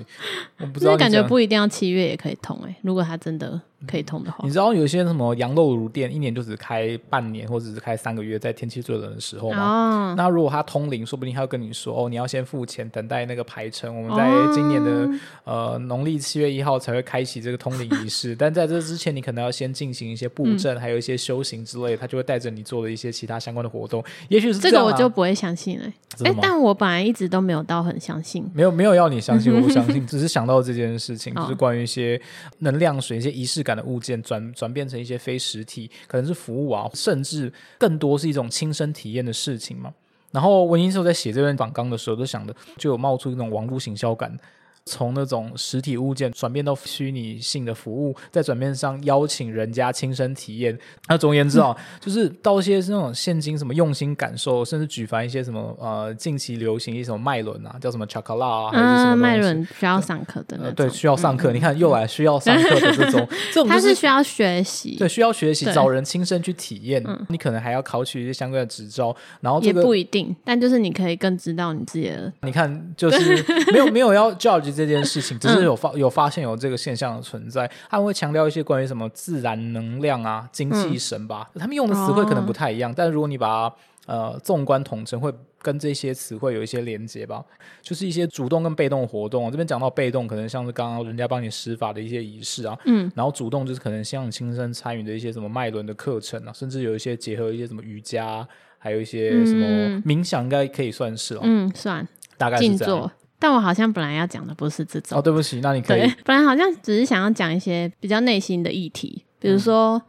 Speaker 1: 我不知道
Speaker 2: 那
Speaker 1: 你讲。
Speaker 2: 感觉不一定要七月也可以通哎、如果他真的可以通的话
Speaker 1: 你，知道有些什么羊肉炉店一年就只开半年，或者只开三个月，在天气最冷的时候吗？
Speaker 2: 哦，
Speaker 1: 那如果他通灵，说不定他会跟你说哦，你要先付钱，等待那个排程，我们在
Speaker 2: 哦
Speaker 1: 今年的、呃农历七月一号才会开启这个通灵仪 式。但在这之前，你可能要先进行一些
Speaker 2: 嗯
Speaker 1: 布阵，还有一些修行之类的，他就会带着你做了一些其他相关的活动。也许是
Speaker 2: 这
Speaker 1: 样
Speaker 2: 个
Speaker 1: 啊
Speaker 2: 我就不会相信哎、
Speaker 1: 真
Speaker 2: 哎、
Speaker 1: 的吗
Speaker 2: 但我本来一直都没有到很相信，
Speaker 1: 没有没有要你相 信，我不相信，只是想到这件事情，
Speaker 2: 哦
Speaker 1: 就是关于一些能量水、一些仪式感的物件转转变成一些非实体，可能是服务啊，甚至更多是一种亲身体验的事情嘛。然后文英时候在写这篇访纲的时候，就想的就有冒出一种网络行销感。从那种实体物件转变到虚拟性的服务，再转变上邀请人家亲身体验。那总而言之啊， 就是到一些那种现今什么用心感受，甚至举凡一些什么呃近期流行一些什么麦伦啊，叫什么巧克力啊，还是什么
Speaker 2: 嗯，麦
Speaker 1: 东西
Speaker 2: 伦需要上课的那
Speaker 1: 呃
Speaker 2: 种，
Speaker 1: 对需要上课，你看又来需要上课的 这种这种
Speaker 2: 他
Speaker 1: 就是
Speaker 2: 需要学习，
Speaker 1: 对，需要学习，
Speaker 2: 对嗯
Speaker 1: 找人亲身去体验，你可能还要考取一些相关的执照，然后这
Speaker 2: 也
Speaker 1: 个
Speaker 2: 不一定，但就是你可以更知道你自己的。
Speaker 1: 你看，就是 没有没有要 judge 这件事情，只
Speaker 2: 嗯
Speaker 1: 是有发有发现有这个现象的存在。他们会强调一些关于什么自然能量啊、精
Speaker 2: 嗯
Speaker 1: 气神吧，他们用的词汇可能不太一样，但如果你把它呃纵观统称，会跟这些词汇有一些连接吧。就是一些主动跟被动活动。这边讲到被动，可能像是刚刚人家帮你施法的一些仪式啊，嗯，然后主动就是可能像你亲身参与的一些什么脉轮的课程啊，甚至有一些结合一些什么瑜伽啊、还有一些什么
Speaker 2: 嗯
Speaker 1: 冥想，应该可以算是哦，
Speaker 2: 嗯，算
Speaker 1: 大概是
Speaker 2: 静
Speaker 1: 这样。
Speaker 2: 坐。但我好像本来要讲的不是这种
Speaker 1: 哦，，对不起，那你可以
Speaker 2: 对，本来好像只是想要讲一些比较内心的议题，比如说、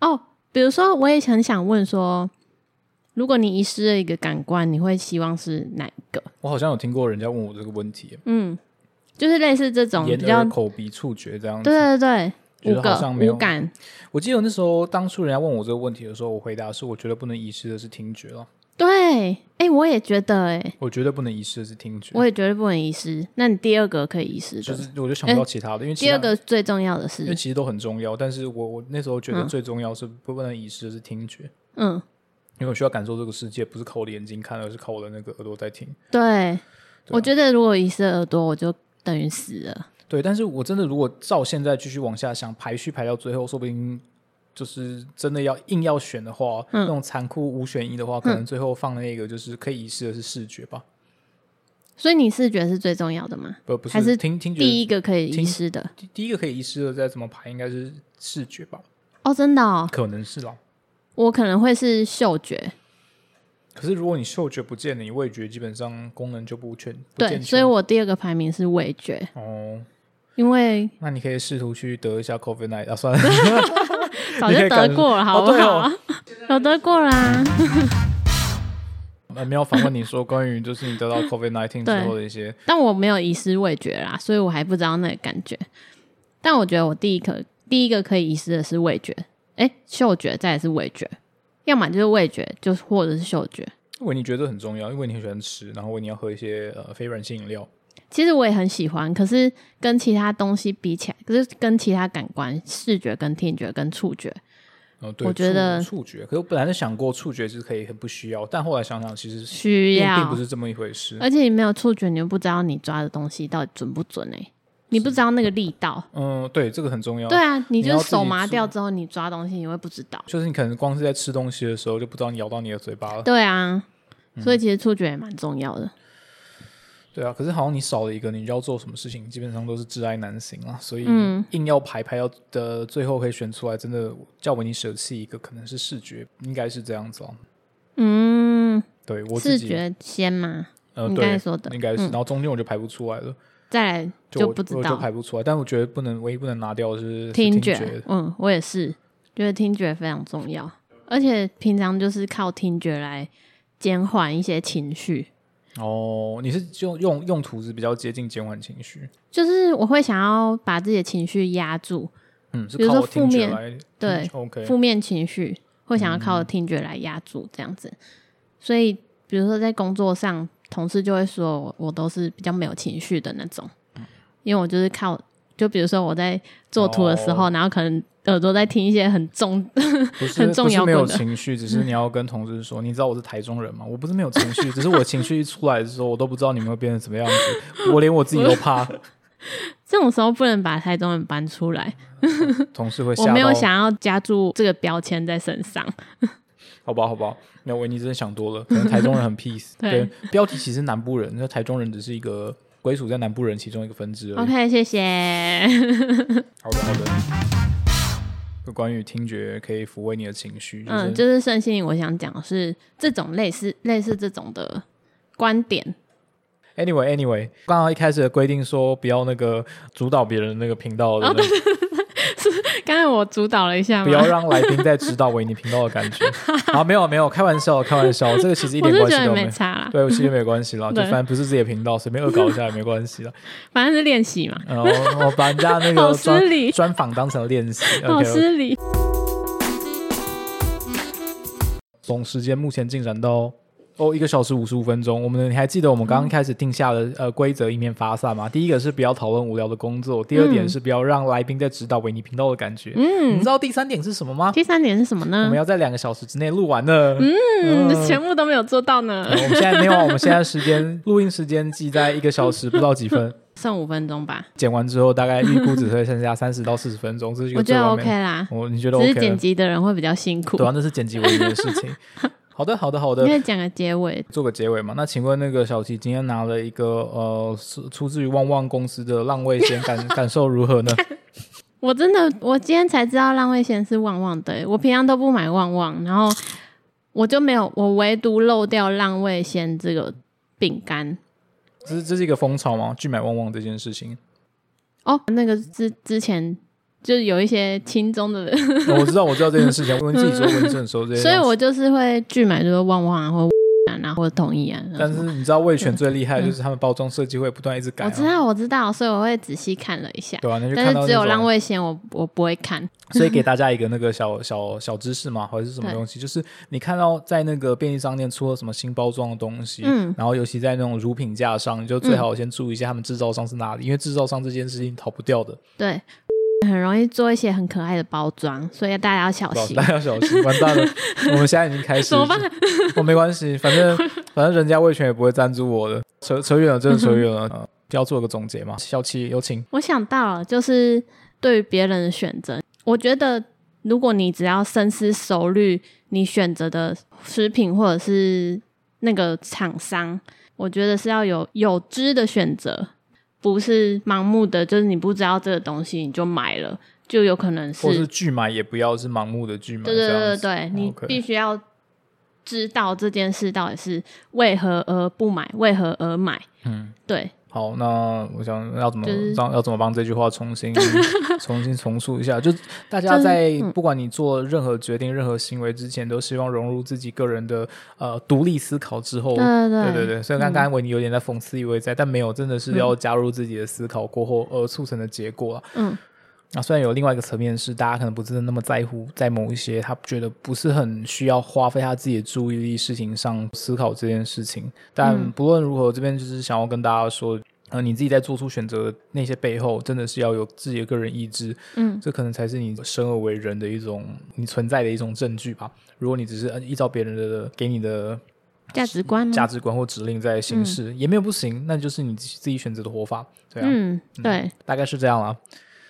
Speaker 1: 嗯
Speaker 2: 哦，比如说我也很想问说，如果你遗失了一个感官，你会希望是哪一个？
Speaker 1: 我好像有听过人家问我这个问题，
Speaker 2: 嗯，就是类似这种
Speaker 1: 眼
Speaker 2: 比较
Speaker 1: 耳，口鼻触觉这样子。
Speaker 2: 对对对，
Speaker 1: 觉
Speaker 2: 五
Speaker 1: 得好像
Speaker 2: 个
Speaker 1: 没有
Speaker 2: 五感，
Speaker 1: 我记得那时候当初人家问我这个问题的时候，我回答是我觉得不能遗失的是听觉了，
Speaker 2: 对，哎、我也觉得、哎，
Speaker 1: 我觉得不能遗失的是听觉。
Speaker 2: 我也觉得不能遗失。那你第二个可以遗失的，
Speaker 1: 就是我就想不到其他的，因为其
Speaker 2: 嗯第
Speaker 1: 他
Speaker 2: 二个最重要的
Speaker 1: 因为
Speaker 2: 是，
Speaker 1: 其实都很重要，但是我我那时候觉得
Speaker 2: 嗯
Speaker 1: 最重要是不不能遗失的是听觉，
Speaker 2: 嗯，
Speaker 1: 因为我需要感受这个世界，不是靠我的眼睛看，而是靠我的那个耳朵在听。
Speaker 2: 对，
Speaker 1: 对啊
Speaker 2: 我觉得如果遗失了耳朵，我就等于死了。
Speaker 1: 对，但是我真的如果照现在继续往下想，排序排到最后，说不定就是真的要硬要选的话，
Speaker 2: 嗯
Speaker 1: 那种残酷五选一的话，可能最后放那个就是可以遗失的是视觉吧，
Speaker 2: 所以你视觉是最重要的吗？
Speaker 1: 不不是
Speaker 2: 还是
Speaker 1: 听听觉
Speaker 2: 第一个可以
Speaker 1: 听
Speaker 2: 遗失的
Speaker 1: 第第一个可以遗失的，再怎么排应该是视觉吧，
Speaker 2: 哦，真的哦，
Speaker 1: 可能是啦。
Speaker 2: 我可能会是嗅觉，
Speaker 1: 可是如果你嗅觉不见了，你味觉基本上功能就不全，不
Speaker 2: 对，
Speaker 1: 健
Speaker 2: 所以
Speaker 1: 全
Speaker 2: 我第二个排名是味觉，
Speaker 1: 哦。
Speaker 2: 因为
Speaker 1: 那你可以试图去得一下 COVID 9啊，算了，
Speaker 2: 早就得过了，好不
Speaker 1: 哦对
Speaker 2: 好？
Speaker 1: 哦
Speaker 2: 有得过啦，
Speaker 1: 呃 没有访问你说关于就是你得到 COVID 19之后的一些，
Speaker 2: 但我没有遗失味觉啦，所以我还不知道那个感觉。但我觉得我第一个第一个可以遗失的是味觉，哎、嗅觉，再来是味觉，要么就是味觉，就是或者是嗅觉。
Speaker 1: 因为你觉得很重要，因为你很喜欢吃，然后因为你要喝一些呃非软性饮料，
Speaker 2: 其实我也很喜欢，可是跟其他东西比起来，可是跟其他感官，视觉、跟听觉、跟触觉，
Speaker 1: 呃，对，
Speaker 2: 我觉
Speaker 1: 触
Speaker 2: 得
Speaker 1: 触觉，可是我本来是想过触觉是可以很不需要，但后来想想其实
Speaker 2: 需
Speaker 1: 并
Speaker 2: 要，
Speaker 1: 并不是这么一回事，
Speaker 2: 而且你没有触觉，你又不知道你抓的东西到底准不准哎、你不知道那个力道。
Speaker 1: 嗯，对，这个很重要，
Speaker 2: 对，啊，你
Speaker 1: 哦你要自
Speaker 2: 就是
Speaker 1: 己
Speaker 2: 手麻掉之后，你抓东西你会不知道。
Speaker 1: 就是你可能光是在吃东西的时候就不知道你咬到你的嘴巴了，
Speaker 2: 对啊，
Speaker 1: 嗯
Speaker 2: 所以其实触觉也蛮重要的。
Speaker 1: 对啊，可是好像你少了一个，你要做什么事情，基本上都是挚爱难行啊，所以
Speaker 2: 嗯
Speaker 1: 硬要排排到的最后可以选出来，真的叫我你舍弃一个，可能是视觉，应该是这样子哦、
Speaker 2: 嗯，
Speaker 1: 对我自
Speaker 2: 视
Speaker 1: 己，
Speaker 2: 觉先嘛，
Speaker 1: 呃，
Speaker 2: 你刚才
Speaker 1: 对，
Speaker 2: 说的
Speaker 1: 应，该是，
Speaker 2: 嗯
Speaker 1: 然后中间我就排不出来了，
Speaker 2: 再来
Speaker 1: 就我
Speaker 2: 不知
Speaker 1: 我就
Speaker 2: 道
Speaker 1: 排不出来，但我觉得不能，唯一不能拿掉的是是
Speaker 2: 听
Speaker 1: 听
Speaker 2: 觉。嗯，我也是，觉得听觉非常重要，而且平常就是靠听觉来减缓一些情绪。
Speaker 1: 哦，你是用用用途是比较接近减缓情绪，
Speaker 2: 就是我会想要把自己的情绪压住，
Speaker 1: 嗯，是
Speaker 2: 比如
Speaker 1: 靠
Speaker 2: 说
Speaker 1: 我听
Speaker 2: 负
Speaker 1: 觉
Speaker 2: 面
Speaker 1: 来，
Speaker 2: 对
Speaker 1: 听，OK，
Speaker 2: 负面情绪会想要靠听觉来压住这样子。所以，比如说在工作上，同事就会说我我都是比较没有情绪的那种，因为我就是靠，就比如说我在做图的时候，
Speaker 1: 哦
Speaker 2: 然后可能耳朵在听一些很重，
Speaker 1: 不是
Speaker 2: 很重
Speaker 1: 不是
Speaker 2: 摇
Speaker 1: 没有
Speaker 2: 滚的
Speaker 1: 情绪，只是你要跟同事说，你知道我是台中人吗？我不是没有情绪，只是我情绪一出来的时候，我都不知道你们会变成什么样子，我连我自己都怕。
Speaker 2: 这种时候不能把台中人搬出来。
Speaker 1: 同事会吓
Speaker 2: 我
Speaker 1: 到，
Speaker 2: 没有想要加注这个标签在身上，
Speaker 1: 好吧，好吧，那维尼真的想多了，可能台中人很 peace
Speaker 2: 对
Speaker 1: 标题其实南部人，那台中人只是一个归属在南部人其中一个分支而已。
Speaker 2: OK，谢 嗯谢。
Speaker 1: 好的，好的。就关于听觉可以抚慰你的情绪，就是、
Speaker 2: 嗯，就是圣心，我想讲的是这种类似类似这种的观点。
Speaker 1: anyway anyway，刚
Speaker 2: 哦
Speaker 1: 刚一开始的规定说不要那个主导别人那个频道的那个、
Speaker 2: 刚刚才我主导了一下
Speaker 1: 不要
Speaker 2: 嘛，
Speaker 1: 让来宾在指导维尼频道的感 觉。啊，没有没有，开玩笑开玩笑，这个其实一
Speaker 2: 我
Speaker 1: 点
Speaker 2: 是
Speaker 1: 关
Speaker 2: 觉
Speaker 1: 系
Speaker 2: 得
Speaker 1: 都没
Speaker 2: 没
Speaker 1: 有。
Speaker 2: 差啦，
Speaker 1: 对，我其实没关系 啦，就
Speaker 2: 对
Speaker 1: 反正不是自己的频道，随便恶搞一下也没关系啦。
Speaker 2: 反正是练习嘛，
Speaker 1: 嗯，我我把人家那
Speaker 2: 好
Speaker 1: 个
Speaker 2: 失
Speaker 1: 专
Speaker 2: 礼
Speaker 1: 专访当成练习。
Speaker 2: 好
Speaker 1: OK，
Speaker 2: 失礼。
Speaker 1: 总时间目前进展到哦一个小时五十五分钟。我们你还记得我们刚刚开始定下的呃规则一面发散吗？第一个是不要讨论无聊的工作，第二点
Speaker 2: 嗯
Speaker 1: 是不要让来宾在指导维尼频道的感觉。你
Speaker 2: 嗯
Speaker 1: 知，道第三点是什么吗？
Speaker 2: 第三点是什么
Speaker 1: 我
Speaker 2: 呢
Speaker 1: 们？要在两个小时之内录完呢。
Speaker 2: 嗯
Speaker 1: 嗯，
Speaker 2: 全部都没有做到呢
Speaker 1: 呃，我们现在没有啊，我们现在时间录音时间记在一个小时不到几 分，
Speaker 2: 剩五分钟吧，
Speaker 1: 剪完之后大概预估只会剩下三十到四十分钟，这是一
Speaker 2: 我
Speaker 1: 个
Speaker 2: 觉
Speaker 1: 最
Speaker 2: 得
Speaker 1: 完
Speaker 2: OK
Speaker 1: 美的。
Speaker 2: 啦，
Speaker 1: 我你觉得
Speaker 2: 只
Speaker 1: OK？
Speaker 2: 是
Speaker 1: 了
Speaker 2: 剪辑的人会比较辛苦
Speaker 1: 对，啊，啊那是剪辑唯一的事 情。好的，好的，好的
Speaker 2: 因。为讲个结尾，
Speaker 1: 做个结尾嘛。那请问那个小齐今天拿了一个呃，是出自于旺旺公司的浪味仙， 感感受如何呢？
Speaker 2: 我真的，我今天才知道浪味仙是旺旺的欸、我平常都不买旺旺，然后我就没有，我唯独漏掉浪味仙这个饼干。
Speaker 1: 这是这是一个风潮吗？拒买旺旺这件事情，
Speaker 2: 哦，那个之之前就有一些轻中的人，
Speaker 1: 哦我知道，我知道这件事情。问自己做纹身的时候，这些
Speaker 2: 所以
Speaker 1: 东西。
Speaker 2: 我就是会拒买，就是旺旺啊，或啊，然后或统一啊。
Speaker 1: 但是你知道味全最厉害的就是他们包装设计会不断一直改、啊，
Speaker 2: 嗯我知道，我知道，所以我会仔细看了一下，
Speaker 1: 对吧、啊？那就
Speaker 2: 但
Speaker 1: 看到
Speaker 2: 是只有
Speaker 1: 那种
Speaker 2: 浪味仙，我我不会看。
Speaker 1: 所以给大家一个那个小小小知识嘛，或者是什么
Speaker 2: 对
Speaker 1: 东西，就是你看到在那个便利商店出了什么新包装的东西，
Speaker 2: 嗯
Speaker 1: 然后尤其在那种乳品架上，你就最好先注意一下他们制造商是哪里，因为制造商这件事情逃不掉的，
Speaker 2: 对，很容易做一些很可爱的包装，所以大家要小
Speaker 1: 不知
Speaker 2: 心
Speaker 1: 道。大家要小心，完蛋了，我们现在已经开始
Speaker 2: 哦 怎么办？
Speaker 1: 我没关系，反 正反正人家味全也不会赞助我的，扯扯远了，真的扯远
Speaker 2: 嗯
Speaker 1: 了，呃要做个总结嘛，小七有请，
Speaker 2: 我想到了，就是对于别人的选择，我觉得如果你只要深思熟虑你选择的食品或者是那个厂商，我觉得是要有有知的选择，不是盲目的，就是你不知道这个东西你就买了，就有可能是
Speaker 1: 或是拒买也不要是盲目的拒买，
Speaker 2: 对对
Speaker 1: 这样
Speaker 2: 对对
Speaker 1: 子哦
Speaker 2: 对，你
Speaker 1: OK
Speaker 2: 必须要知道这件事到底是为何而不买，为何而买。
Speaker 1: 嗯，
Speaker 2: 对，
Speaker 1: 好，那我想要怎么
Speaker 2: 就是
Speaker 1: 让、要怎么帮这句话重 新重新重述一下？就大家
Speaker 2: 就是
Speaker 1: 在
Speaker 2: 嗯
Speaker 1: 不管你做任何决定、任何行为之前，都希望融入自己个人的呃独立思考之后。
Speaker 2: 对对对嗯
Speaker 1: 对对对，虽然刚刚维尼有点在讽刺意味在，但没有，真的是要加入自己的思考过后而促成的结果啊。
Speaker 2: 嗯，
Speaker 1: 那、虽然有另外一个层面是，大家可能不是那么在乎，在某一些他觉得不是很需要花费他自己的注意力事情上思考这件事情，但
Speaker 2: 嗯
Speaker 1: 不论如何，这边就是想要跟大家说，呃，你自己在做出选择的那些背后，真的是要有自己的个人意志，
Speaker 2: 嗯，
Speaker 1: 这可能才是你生而为人的一种你存在的一种证据吧。如果你只是呃依照别人的给你的
Speaker 2: 价值观吗？
Speaker 1: 价值观或指令在
Speaker 2: 嗯
Speaker 1: 行事，也没有不行，那就是你自己选择的活法，对啊。
Speaker 2: 嗯，对，
Speaker 1: 大概是这样啦。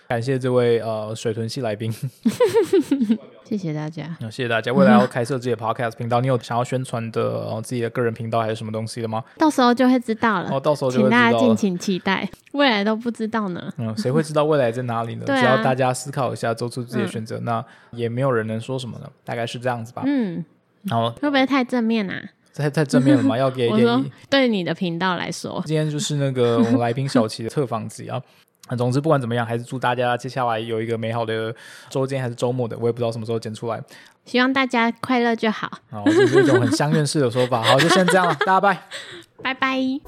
Speaker 1: 感谢这位呃水豚系来宾，
Speaker 2: 谢谢大家。
Speaker 1: 那谢谢大家。未来
Speaker 2: 嗯
Speaker 1: 要开设自己的 podcast 频道，你有想要宣传的、呃、自己的个人频道还是什么东西的吗？
Speaker 2: 到时候就会知道了，
Speaker 1: 哦，到时候就会
Speaker 2: 呃请
Speaker 1: 知道
Speaker 2: 大家敬
Speaker 1: 了。
Speaker 2: 请期待，未来都不知道呢。
Speaker 1: 嗯，谁会知道未来在哪里呢？
Speaker 2: 对啊嗯
Speaker 1: 只要大家思考一下，做出自己的选择，那也没有人能说什么呢。大概是这样子吧。
Speaker 2: 嗯，
Speaker 1: 然后
Speaker 2: 会不会太正面啊？
Speaker 1: 太太正面了 嘛，要给一
Speaker 2: 我
Speaker 1: 点
Speaker 2: 说
Speaker 1: 意。
Speaker 2: 对你的频道来说，
Speaker 1: 今天就是那个我们来宾小齐的特访集啊。啊总之不管怎么样，还是祝大家接下来有一个美好的周间还是周末的，我也不知道什么时候剪出来。
Speaker 2: 希望大家快乐就好，
Speaker 1: 然后这是一种很相怨式的说法。好，就先这样了，大家拜。
Speaker 2: 拜拜。